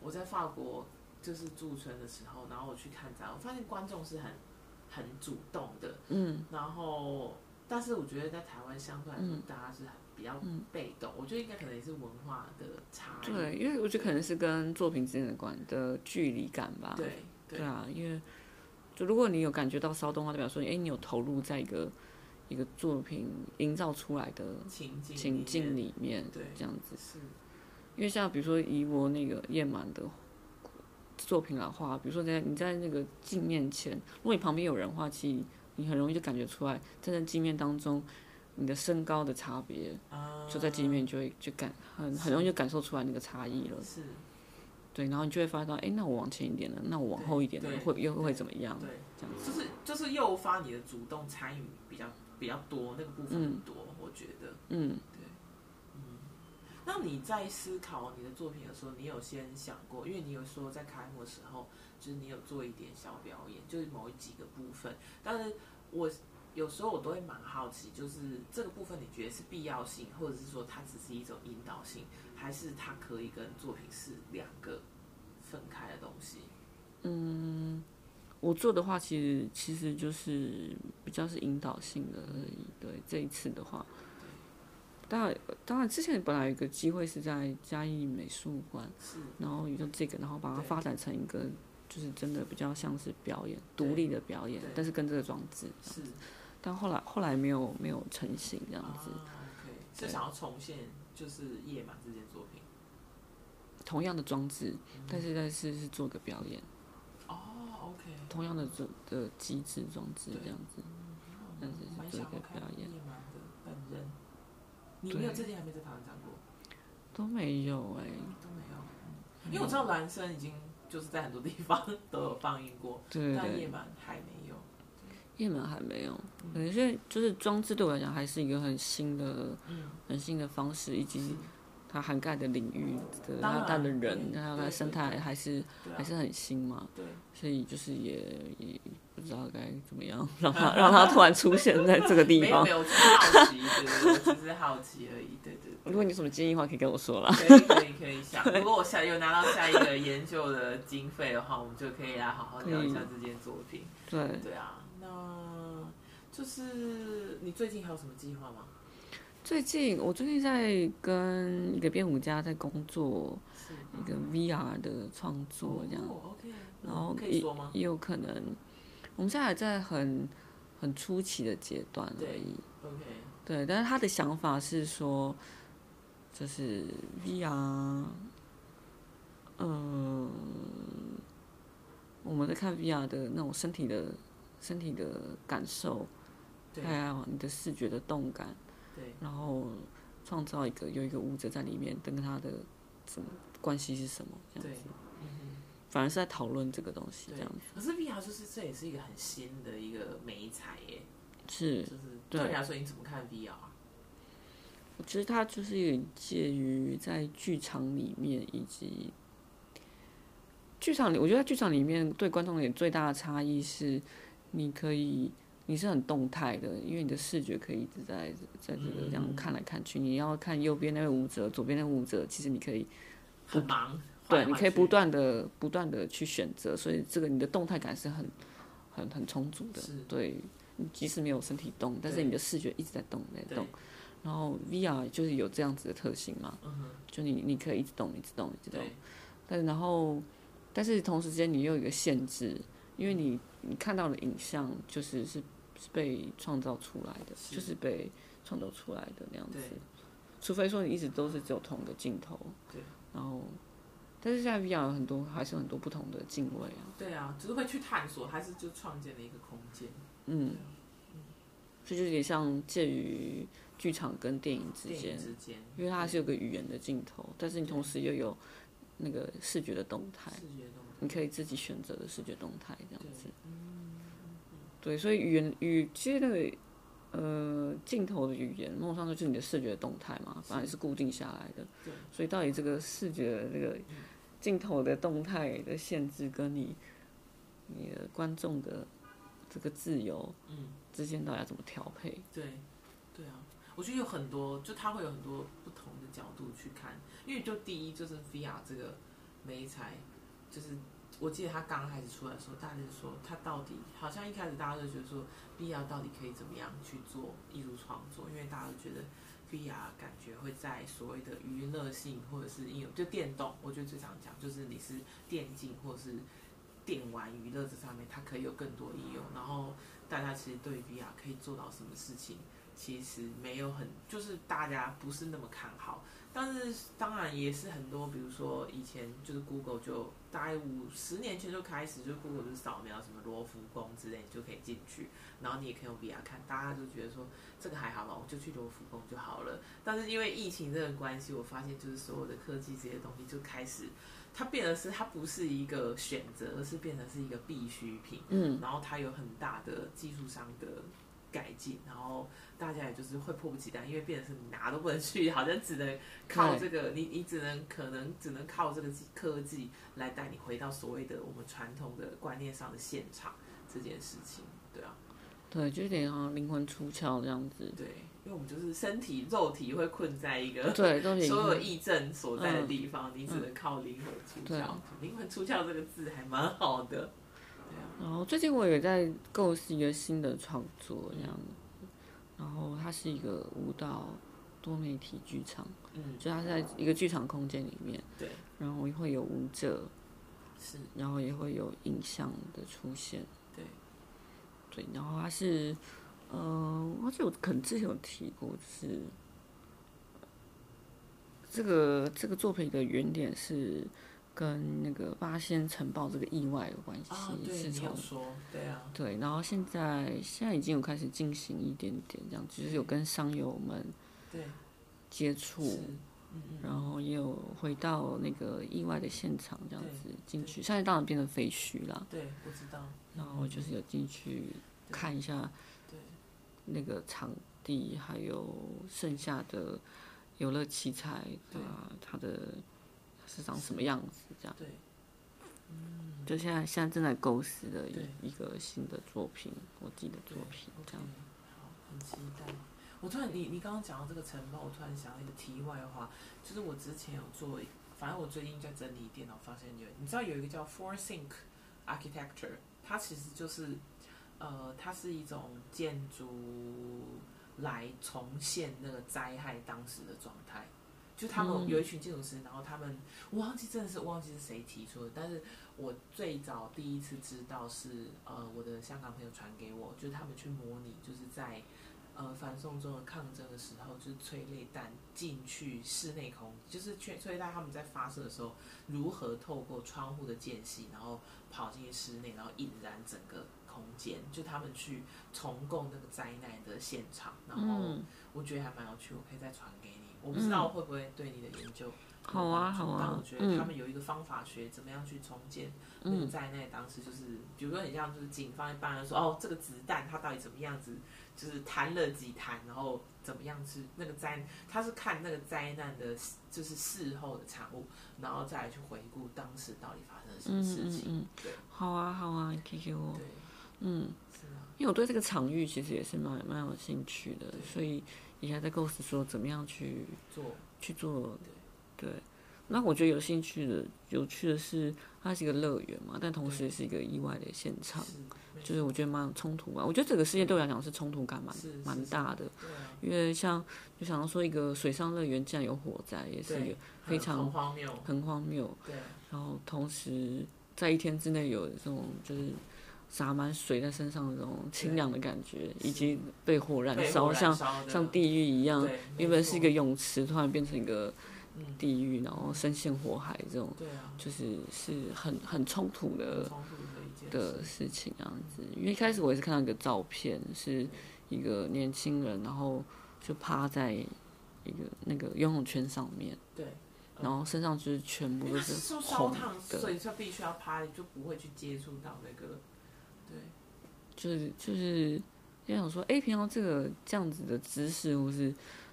我在法国就是驻村的时候，然后我去看展，我发现观众是很很主动的，嗯，然后但是我觉得在台湾相对来说，大家是很比较被动，我觉得应该可能也是文化的差异，嗯对，因为我觉得可能是跟作品之间的关的距离感吧，对对啊，因为就如果你有感觉到骚动的话，代表说，哎、你有投入在一个一个作品营造出来的情境里情面境里面，对这样子。是因为像比如说以我那个夜满的作品来画，比如说在你在那个镜面前，如果你旁边有人的话，其实你很容易就感觉出来，站在镜面当中，你的身高的差别，啊，就在镜面就会就感 很很容易就感受出来那个差异了。是对，然后你就会发现到，哎，那我往前一点了，那我往后一点了对，会又对会怎么样？对，这样子，就是就是诱发你的主动参与比较比较多，那个部分很多，我觉得。嗯，嗯那你在思考你的作品的时候，你有先想过，因为你有说在开幕的时候，就是你有做一点小表演，就是某几个部分。但是我有时候我都会蛮好奇，就是这个部分你觉得是必要性，或者是说它只是一种引导性，还是它可以跟作品是两个分开的东西？我做的话，其实其实就是比较是引导性的而已。对，这一次的话，当然当然之前本来有一个机会是在嘉义美术馆，是然后用这个，然后把它对发展成一个就是真的比较像是表演，对独立的表演对，但是跟这个装置，是但后来后来没有没有成型这样子。啊，OK，是对想要重现就是夜晚这件作品。嗯同样的装置，但是但是是做个表演，哦，OK，同样的组的机制装置对这样子。但是是蛮做想一要个看表演夜盲的本人。你对没有最近还没在台湾讲过，都没有哎、都没有，嗯因为我知道孪生已经就是在很多地方都有放映过，对但夜对，盲还没有。夜门还没有。可能现在就是装置对我来讲还是一个很新的、嗯，很新的方式，以及是它涵盖的领域的当它然它的嗯人，还对有它对的生态还是对还啊，是很新嘛，对，所以就是也也不知道该怎么样让它让它突然出现在这个 地没有方没。有，我只是好奇，对对对，我只是好奇而已，对对对。 如果你有什么建议的话，可以跟我说啦。可以可以可以想，如果我下有拿到下一个研究的经费的话，我们就可以来好好聊一下这件作品。对，对啊，那就是你最近还有什么计划吗？最近我最近在跟一个编舞家在工作，是一个 VR 的创作这样。哦，OK，然后嗯可以说吗？也有可能，我们现在还在很很初期的阶段而已。 ？OK，对，但是他的想法是说，就是 VR，嗯，我们在看 VR 的那种身体的身体的感受，对还有你的视觉的动感，对，然后创造一个有一个舞者在里面，跟他的怎么关系是什么这样对子，嗯反而是在讨论这个东西对这样哼。可是 VR 就是这也是一个很新的一个美彩耶，是就。是对对你来说你怎么看 VR？啊我觉得它就是有介于在剧场里面以及剧场里，我觉得在剧场里面对观众也最大的差异是，你可以你是很动态的，因为你的视觉可以一直在在这个这样看来看去，你要看右边那位舞者，左边那位舞者，其实你可以很忙，换对，来你换可以去不断的不断的去选择，所以这个你的动态感是很很很充足的是，对，你即使没有身体动，但是对你的视觉一直在动在对动。然后 VR 就是有这样子的特性嘛，嗯哼，就你你可以一直动，一直动，一直动。对但然后，但是同时间你又有一个限制，因为你你看到的影像就是是是被创造出来的，是就是被创造出来的那样子对。除非说你一直都是只有同一个镜头，对。然后，但是现在 VR 有很多还是有很多不同的镜位啊，对啊，就是会去探索，还是就创建了一个空间。嗯，所以就有点像介于剧场跟电影之电间影，之间，因为它还是有个语言的镜头，但是你同时又有那个视觉的动态。视觉动态，你可以自己选择的视觉动态这样子对。嗯对，所以语言语其实那个呃镜头的语言，某种程度上就是你的视觉动态嘛，反正是固定下来的对。所以到底这个视觉的这个镜头的动态的限制，跟你你的观众的这个自由嗯，之间，到底要怎么调配？对，对啊，我觉得有很多，就它会有很多不同的角度去看，因为就第一就是 VR 这个媒材，就是我记得它刚开始出来的时候，大家就说它到底好像一开始大家就觉得说 VR 到底可以怎么样去做艺术创作，因为大家都觉得 VR 感觉会在所谓的娱乐性或者是应用，就电动，我觉得最常讲就是你是电竞或是电玩娱乐这上面，它可以有更多应用。然后大家其实对 VR 可以做到什么事情，其实没有很，就是大家不是那么看好。但是当然也是很多，比如说以前就是 Google 就大概五十年前就开始，就 Google 就扫描什么罗浮宫之类，你就可以进去，然后你也可以用 VR 看。大家就觉得说这个还好吧，我就去罗浮宫就好了。但是因为疫情这个关系，我发现就是所有的科技这些东西就开始，它变得是它不是一个选择，而是变成是一个必需品。嗯，然后它有很大的技术上的改进，然后大家也就是会迫不及待，因为变成是你哪都不能去，好像只能靠这个，你你只能可能只能靠这个技科技来带你回到所谓的我们传统的观念上的现场这件事情，对啊，对，就有点好像灵魂出窍这样子。对，因为我们就是身体肉体会困在一个对，嗯都所有有义正所在的地方，你只能靠灵魂出窍。啊灵魂出窍这个字还蛮好的，然后最近我也在构思一个新的创作，这样。然后它是一个舞蹈多媒体剧场，嗯，就它是在一个剧场空间里面，对，然后会有舞者，是然后也会有影像的出现，对，对。然后它是，呃，而且我可能之前有提过，就是这个这个作品的原点是跟那个八仙城堡这个意外有关系，啊，对，是你从有说，对啊，对，然后现在现在已经有开始进行一点点这样，就是有跟商友们对，接触是，，嗯嗯，然后也有回到那个意外的现场这样子进去，现在当然变成废墟啦，对，我知道，然后就是有进去看一下对，那个场地，还有剩下的游乐器材对啊，它的是长什么样子这样，对，嗯就现在现在正在构思的对一一个新的作品，我自己的作品对这样。 OK，好，很期待。我突然，你你刚刚讲到这个城堡，我突然想到一个题外话，就是我之前有做，反正我最近在整理电脑，发现有，你知道有一个叫 FourSync Architecture，它其实就是，呃，它是一种建筑来重现那个灾害当时的状态。就他们嗯有一群建筑师，然后他们我忘记真的是我忘记是谁提出的，但是我最早第一次知道是呃我的香港朋友传给我，就是他们去模拟，就是在呃反送中的抗争的时候，就是催泪弹进去室内空，就是催催泪弹他们在发射的时候，如何透过窗户的间隙，然后跑进去室内，然后引燃整个空间，就他们去重构那个灾难的现场，然后。嗯，我觉得还蛮有趣，我可以再传给你。我不知道会不会对你的研究有帮助好啊好但我啊觉，得他嗯们有一个方法学，怎么样去重建那个嗯，灾难。当时就是，比如说很像就是警方一般人说，哦，这个子弹它到底怎么样子，就是弹了几弹，然后怎么样是那个灾，他是看那个灾难的，就是事后的产物，然后再来去回顾当时到底发生了什么嗯事嗯情。嗯对，好啊好啊，你可以给我对，，嗯，是啊，因为我对这个场域其实也是蛮蛮有兴趣的，所以也还在构思说怎么样去做去做，对。那我觉得有兴趣的、有趣的是，它是一个乐园嘛，但同时也是一个意外的现场，是没就是我觉得蛮有冲突吧。我觉得整个事件对我来讲是冲突感蛮是是蛮大的，对啊，因为像就想到说一个水上乐园竟然有火灾，也是对一个非常很荒谬，很荒谬。对，然后同时在一天之内有这种就是洒满水在身上的这种清凉的感觉，是以及被火燃被烧，火像烧的像地狱一样对，原没本错是一个泳池，突然变成一个嗯，地狱，然后深陷火海，这种对啊，就是是很很冲突的冲突的一件的事，事情这样子。因为一开始我也是看到一个照片，是一个年轻人，然后就趴在一个那个游泳圈上面，对，嗯然后身上就是全部因都为它是是受烧红烫，的。所以就必须要趴，你就不会去接触到那个，对，就是就是就想说，哎、平常这个这样子的姿势，或是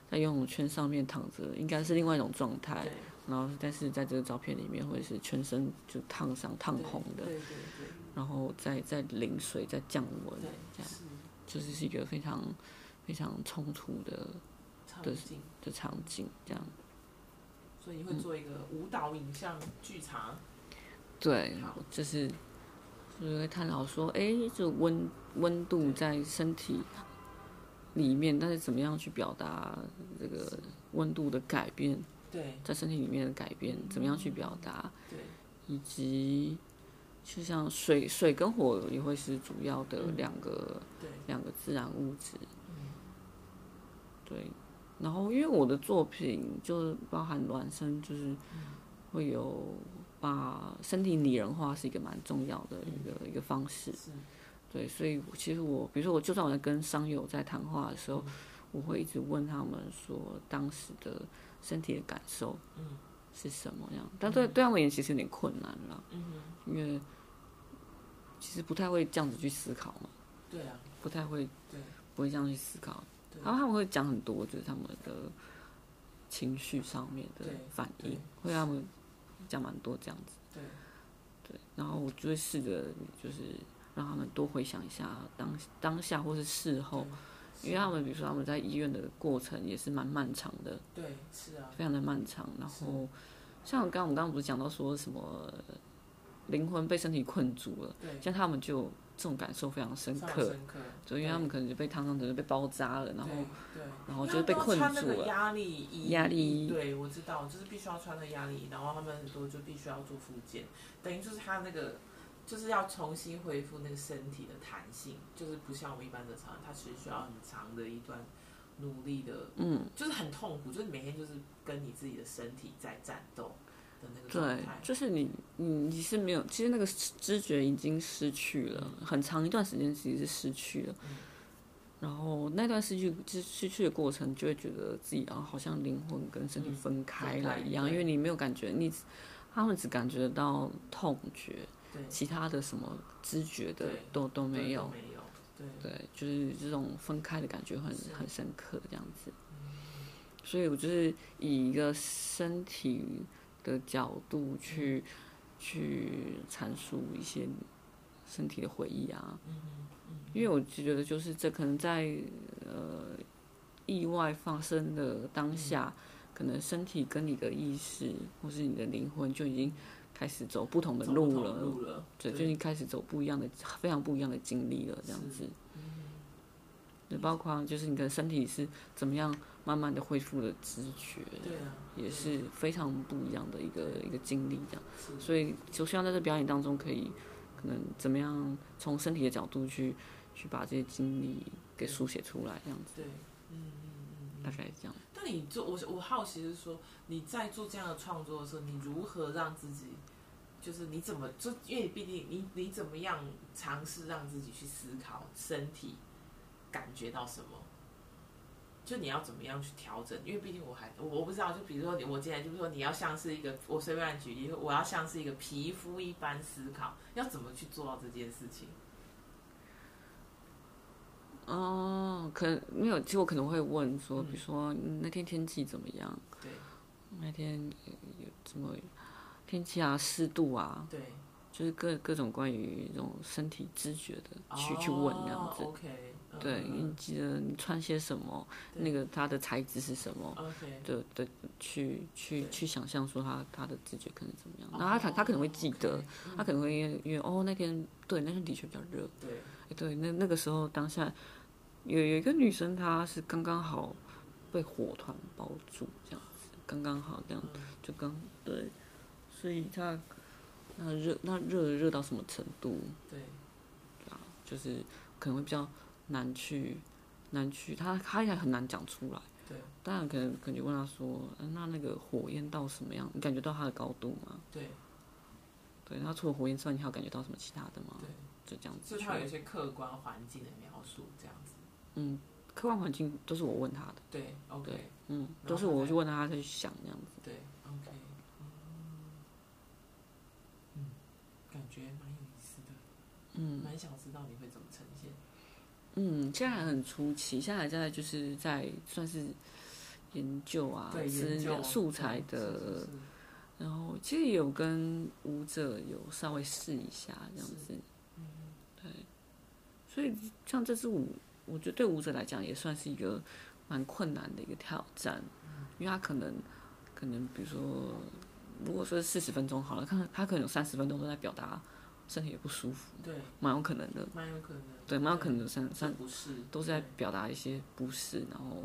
在游泳圈上面躺着，应该是另外一种状态。对，然后，但是在这个照片里面，会是全身就烫伤、烫红的，对对对然后再再淋水、再降温，对对，这样是就是是一个非常非常冲突的场对景，的场景，这样。所以嗯你会做一个舞蹈影像剧场，对好，就是就是会探讨说，哎，这温温度在身体里面，但是怎么样去表达这个温度的改变，对在身体里面的改变，怎么样去表达，对以及就像水水跟火也会是主要的嗯两个、对，两个自然物质，嗯，对。然后因为我的作品就是包含孪生，就是会有把身体拟人化是一个蛮重要的一个、一个方式。是对，所以我其实我，比如说我就算我在跟商友在谈话的时候，我会一直问他们说当时的身体的感受，嗯，是什么样？但对对他们而言其实有点困难啦，嗯，因为其实不太会这样子去思考嘛，对啊，不太会对不会这样去思考，对然后他们会讲很多，就是他们的情绪上面的对反对应，会让他们讲蛮多这样子。对对，然后我就会试着就是让他们多回想一下当当下或是事后，对因为他们比如说他们在医院的过程也是蛮漫长的，对是啊，非常的漫长。然后像刚刚我们刚刚不是讲到说什么灵魂被身体困住了，对，像他们就这种感受非常深非常刻，深刻，就因为他们可能就被烫伤，可能被包扎了，然后对。对然后就是被困因为他们住要穿那个了。压力衣，压力衣对我知道，就是必须要穿那个压力衣，然后他们很多就必须要做复健，等于就是他那个就是要重新恢复那个身体的弹性，就是不像我们一般的常人，他其实需要很长的一段努力的，嗯，就是很痛苦，就是每天就是跟你自己的身体在战斗，的那个状对态，。就是你，你你是没有，其实那个知觉已经失去了，很长一段时间其实是失去了。嗯然后那段失去失失去的过程，就会觉得自己啊，好像灵魂跟身体嗯分开了一样，对因为你没有感觉，你他们只感觉到痛觉，对其他的什么知觉的对都对都没有。没有，对，对，就是这种分开的感觉很是很深刻这样子。所以我就是以一个身体的角度去嗯去阐述一些身体的回忆啊，嗯因为我就觉得就是这可能在呃意外发生的嗯当下，可能身体跟你的意识或是你的灵魂就已经开始走不同的走不路同了，路了，对，就你开始走不一样的、非常不一样的经历了，这样子。嗯对，包括就是你的身体是怎么样慢慢的恢复了知觉，对啊，也是非常不一样的一个一个经历，这样。是所以就希望在这表演当中可以，可能怎么样从身体的角度去去把这些经历给书写出来，这样子，对，嗯嗯嗯嗯。大概是这样。那你做我我好奇是说，你在做这样的创作的时候，你如何让自己，就是你怎么就因为毕竟你你怎么样尝试让自己去思考身体感觉到什么？就你要怎么样去调整？因为毕竟我还我我不知道，就比如说你我进来就是说你要像是一个我随便乱举例，我要像是一个皮肤一般思考，要怎么去做到这件事情？哦，可能没有，其实我可能会问说，嗯比如说嗯那天天气怎么样？对那天呃有怎么天气啊、湿度啊，对，就是各各种关于这种身体知觉的去、去问这样子。 o k 对，嗯你记得你穿些什么，嗯对那个它的材质是什么， ，OK，对对，去去对去想象说它它的知觉可能怎么样。哦然后他他可能会记得 OK，，嗯他可能会因为因为哦那天对那天的确比较热，对。诶对，那那个时候当下有有一个女生，她是刚刚好被火团包住，这样子，刚刚好这样，就刚对，所以她那热那热热到什么程度对，啊？就是可能会比较难去难去，她她也很难讲出来。对，当然可能可能就问她说，呃那那个火焰到什么样？你感觉到它的高度吗？对，对，那除了火焰之外，你还有感觉到什么其他的吗？对，就这样子所以去它有一些客观环境的描述，这样子。嗯，客观环境都是我问他的，对，OK，嗯，然后都是他我再去问他，他去想这样子。对，OK，嗯，嗯，感觉蛮有意思的，嗯蛮想知道你会怎么呈现。嗯，现在还很初期，现在还在就是在算是研究啊，对，资研究料素材对是是的是，然后其实也有跟舞者有稍微试一下这样子，嗯对，所以像这支舞，我觉得对舞者来讲也算是一个蛮困难的一个挑战，嗯因为他可能可能比如说，如果说四十分钟好了，看他可能有三十分钟都在表达身体也不舒服，对，蛮有可能的，蛮有可能，对，蛮有可能有三这三不是，都是在对表达一些不适，然后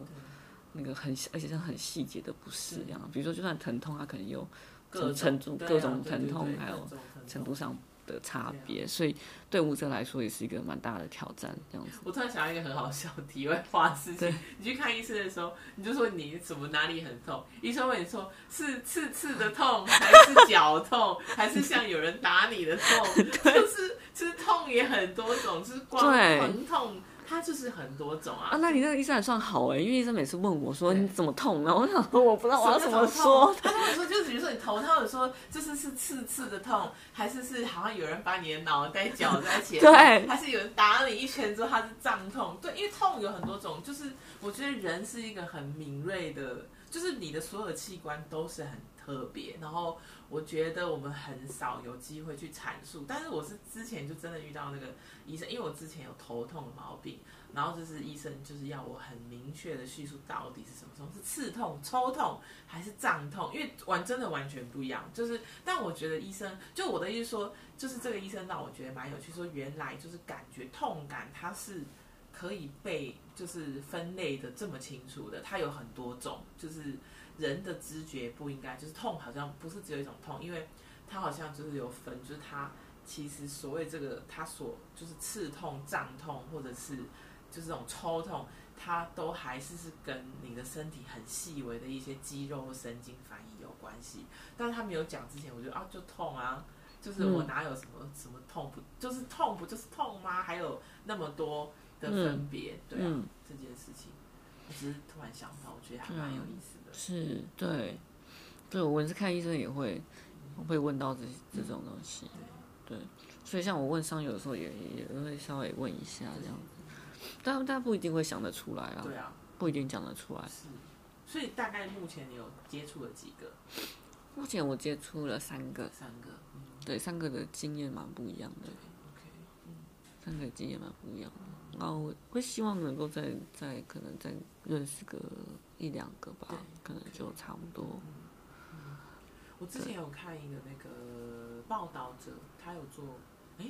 那个很而且是很细节的不适，这样，比如说就算疼痛，它可能有各程种度、对啊各种对疼对痛，对还各有种疼程痛度上的差别，所以对啊舞者来说也是一个蛮大的挑战，这样子。我突然想到一个很好笑的题外话事情，你去看医生的时候，你就说你什么哪里很痛，医生问你说是刺刺的痛，还是脚痛， 还是像有人打你 的痛，就是其实痛也很多种，就是光对疼痛它就是很多种啊啊，。那你那个医生还算好哎、因为医生每次问我说对你怎么痛，然后我想说 我不知道我要怎么什么叫说头，痛？他跟我说，就是比如说你头痛，有说就是是刺刺的痛，还是是好像有人把你的脑袋绞在前面， 对还是有人打了你一拳之后它是胀痛，对，因为痛有很多种，就是我觉得人是一个很敏锐的，就是你的所有器官都是很特别，然后我觉得我们很少有机会去阐述，但是我是之前就真的遇到那个医生，因为我之前有头痛的毛病，然后就是医生就是要我很明确的叙述到底是什么痛，是刺痛、抽痛还是胀痛，因为完真的完全不一样。就是，但我觉得医生，就我的意思说，就是这个医生让我觉得蛮有趣，说原来就是感觉痛感它是可以被就是分类的这么清楚的，它有很多种，就是人的知觉不应该就是痛好像不是只有一种痛，因为它好像就是有分，就是它其实所谓这个它所就是刺痛、胀痛或者是就是这种抽痛，它都还是是跟你的身体很细微的一些肌肉或神经反应有关系。但是他没有讲之前，我觉得啊，就痛啊，就是我哪有什么、什么痛不，就是痛不就是痛吗？还有那么多的分别，对啊，嗯这件事情，我只是突然想到，我觉得还蛮有意思的。是对，对我每次看医生也会会问到这这种东西，对，所以像我问伤友的时候也也会稍微问一下嗯这样子，但但不一定会想得出来啊，对啊，不一定讲得出来。是。所以大概目前你有接触了几个？目前我接触了三个，三个。嗯对，三个的经验蛮不一样的， ，OK。嗯三个经验蛮不一样的。然后我会希望能够再再可能再认识个一两个吧，可能就差不多。我之前有看一个那个报道者，他有做，哎，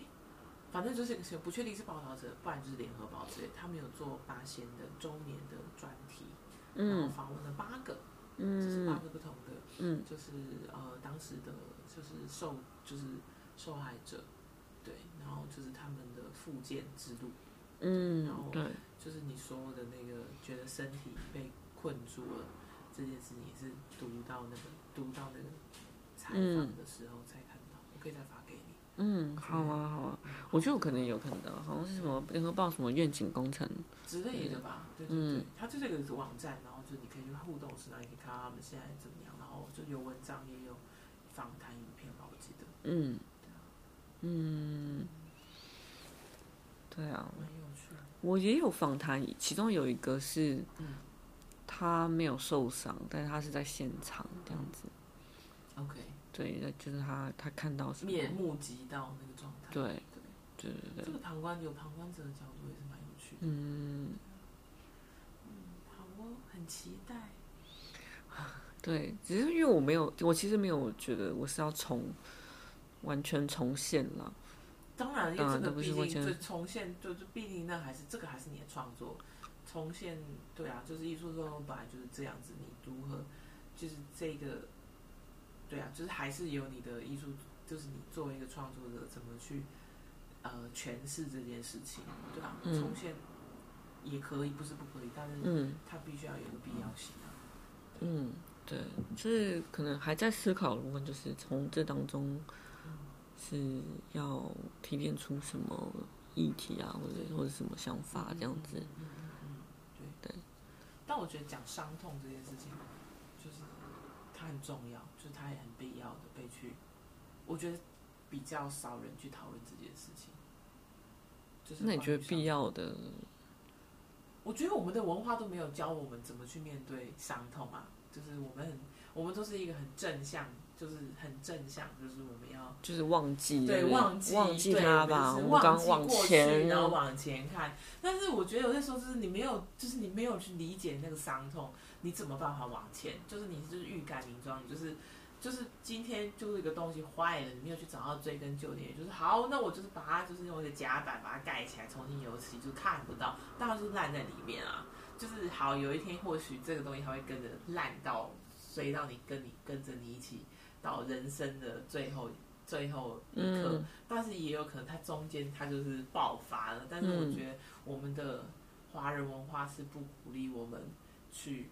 反正就是不确定是报道者，不然就是联合报之类，他们有做八仙的周年的专题，然后嗯访问了八个，就是八嗯个不同的，嗯，就是呃当时的就是受就是受害者，对，然后就是他们的复健之路，嗯然后，对，就是你说的那个觉得身体被困住了这件事情，也是读到那个读到那个采访的时候才看到，我可以再发给你。嗯，好啊好啊，我觉得我可能有看到，好像是什么联合报什么愿景工程，之类的吧，对对对，它就是一个网站，然后就你可以去互动式，然后你可以看到他们现在怎么样，然后就有文章也有访谈影片吧，我记得嗯嗯，对啊，蛮有趣的。我也有访谈，其中有一个是嗯他没有受伤，但是他是在现场这样子， OK，对，那就是他他看到什么，嗯面目及到那个状态，对对对这对，个旁观有旁观者的角度也是蛮有趣的。嗯。好哦，很期待。对，只是因为我没有，我其实没有觉得我是要重完全重现啦。当然，因当为然这个这不毕是我竟觉得就重现，就就毕竟那还是这个还是你的创作，重现对啊，就是艺术创作本来就是这样子，你如何就是这个，对啊，就是还是有你的艺术，就是你作为一个创作者怎么去呃诠释这件事情，对啊，嗯重现也可以，不是不可以，但是嗯它必须要有一个必要性啊。嗯，对，就是可能还在思考的部分，就是从这当中是要提炼出什么议题啊，或者或者什么想法啊这样子。嗯但我觉得讲伤痛这件事情，就是它很重要，就是它也很必要的被去，我觉得比较少人去讨论这件事情。嗯就是那你觉得关必于伤？要的？我觉得我们的文化都没有教我们怎么去面对伤痛啊，就是我们很，我们都是一个很正向，就是很正向，就是我们要就是忘记，对，不忘记忘记对它就是吧，我们忘刚记往过去前，然后往前看。但是我觉得有些时候就是你没有，就是你没有去理解那个伤痛，你怎么办法往前？就是你就是欲盖弥彰，你就是就是今天就是一个东西坏了，你没有去找到追根究底，也就是好，那我就是把它就是用一个夹板把它盖起来，重新油漆，就看不到，当然就是烂在里面啊。就是好，有一天或许这个东西它会跟着烂到随到你跟你跟着你一起到人生的最后最后一刻，嗯但是也有可能它中间它就是爆发了。但是我嗯觉得我们的华人文化是不鼓励我们去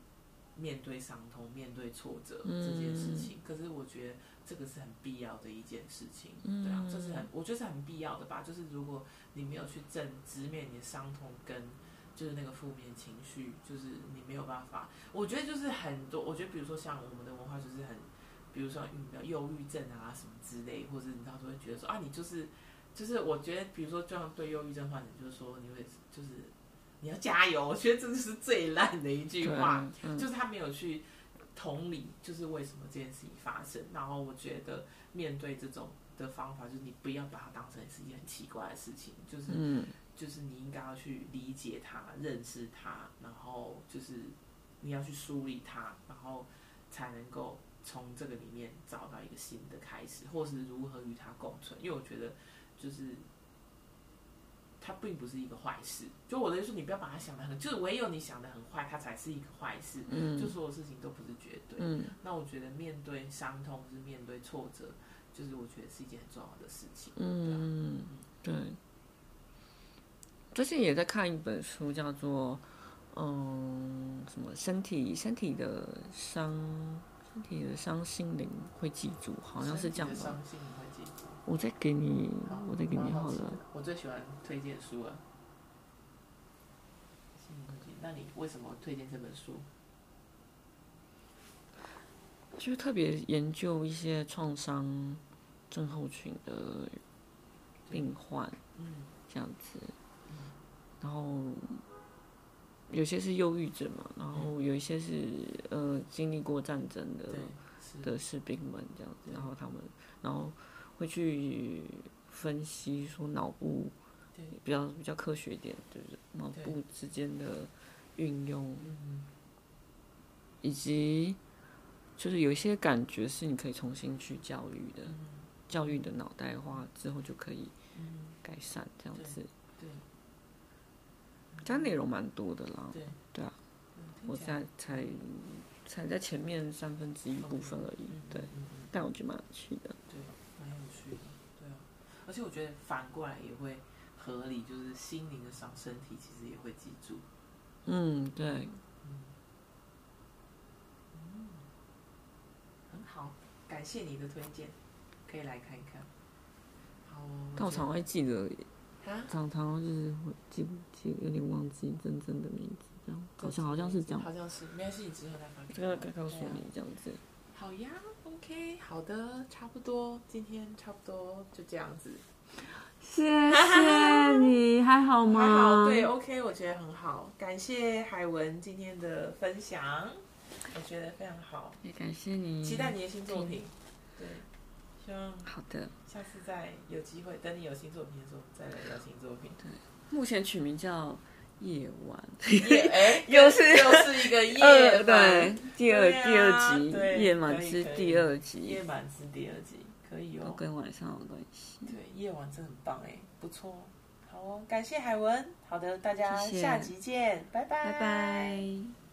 面对伤痛、面对挫折这件事情。可是我觉得这个是很必要的一件事情，对啊，这是很我觉得是很必要的吧。就是如果你没有去正直面你的伤痛跟就是那个负面情绪，就是你没有办法。我觉得就是很多，我觉得比如说像我们的文化就是很，比如说你的忧郁症啊什么之类，或者你到时候会觉得说啊，你就是就是我觉得，比如说就像对忧郁症患者，就是说你会就是你要加油，我觉得这就是最烂的一句对话。啊，嗯就是他没有去同理，就是为什么这件事情发生。然后我觉得面对这种的方法，就是你不要把它当成是一件很奇怪的事情，就是嗯就是你应该要去理解它、认识它，然后就是你要去梳理它，然后才能够从这个里面找到一个新的开始，或是如何与它共存。因为我觉得就是。它并不是一个坏事，就我的意思，你不要把它想得很，就是唯有你想得很坏，它才是一个坏事。就嗯所有事情都不是绝对。嗯那我觉得面对伤痛，是面对挫折，就是我觉得是一件很重要的事情。啊嗯，对。最近也在看一本书，叫做嗯什么身体身体的伤身体的伤，心灵会记住，好像是这样身体的吧。伤心你会记住。我再给你，我再给你蛮好奇的了。。我最喜欢推荐书了。心灵会记那你为什么推荐这本书？就特别研究一些创伤症候群的病患，嗯这样子，然后有些是忧郁症嘛，然后有一些是呃经历过战争的对，是的士兵们这样子，然后他们然后会去分析说脑部对比较比较科学一点，就是脑对部之间的运用，嗯以及就是有一些感觉是你可以重新去教育的，教育你的脑袋化之后就可以嗯，改善这样子。对它内容蛮多的啦，对对啊，嗯我听起来在才才在前面三分之一部分而已嗯，对，嗯嗯但我觉得蛮有趣的。对，蛮有趣的，对啊。而且我觉得反过来也会合理，就是心灵的伤，身体其实也会记住。嗯，对，很好，感谢你的推荐，可以来看一看。好哦，但我常会记得，觉得啊，常常就是会记不记，有点忘记真正的名字，这样好像好像是这样，好像是，没关系，你之后再发给这个我该告诉对啊你这样子。好呀，OK，好的，差不多，今天差不多就这样子。谢谢你，还好吗？还好，对，OK，我觉得很好，感谢海文今天的分享，我觉得非常好，也感谢你，期待你的新作品。嗯对，希望好的，下次再有机会，等你有新作品的时候再来聊新 作品。目前取名叫夜晚，夜哎，又是又是一个夜 晚，二对第二对啊第二集对夜晚可以之可以第二夜集，晚是第二集，可以都哦。跟晚上有关系。对，夜晚真的很棒哎，不错哦。好哦，感谢海文。好的，大家谢谢下集见，拜拜，拜拜。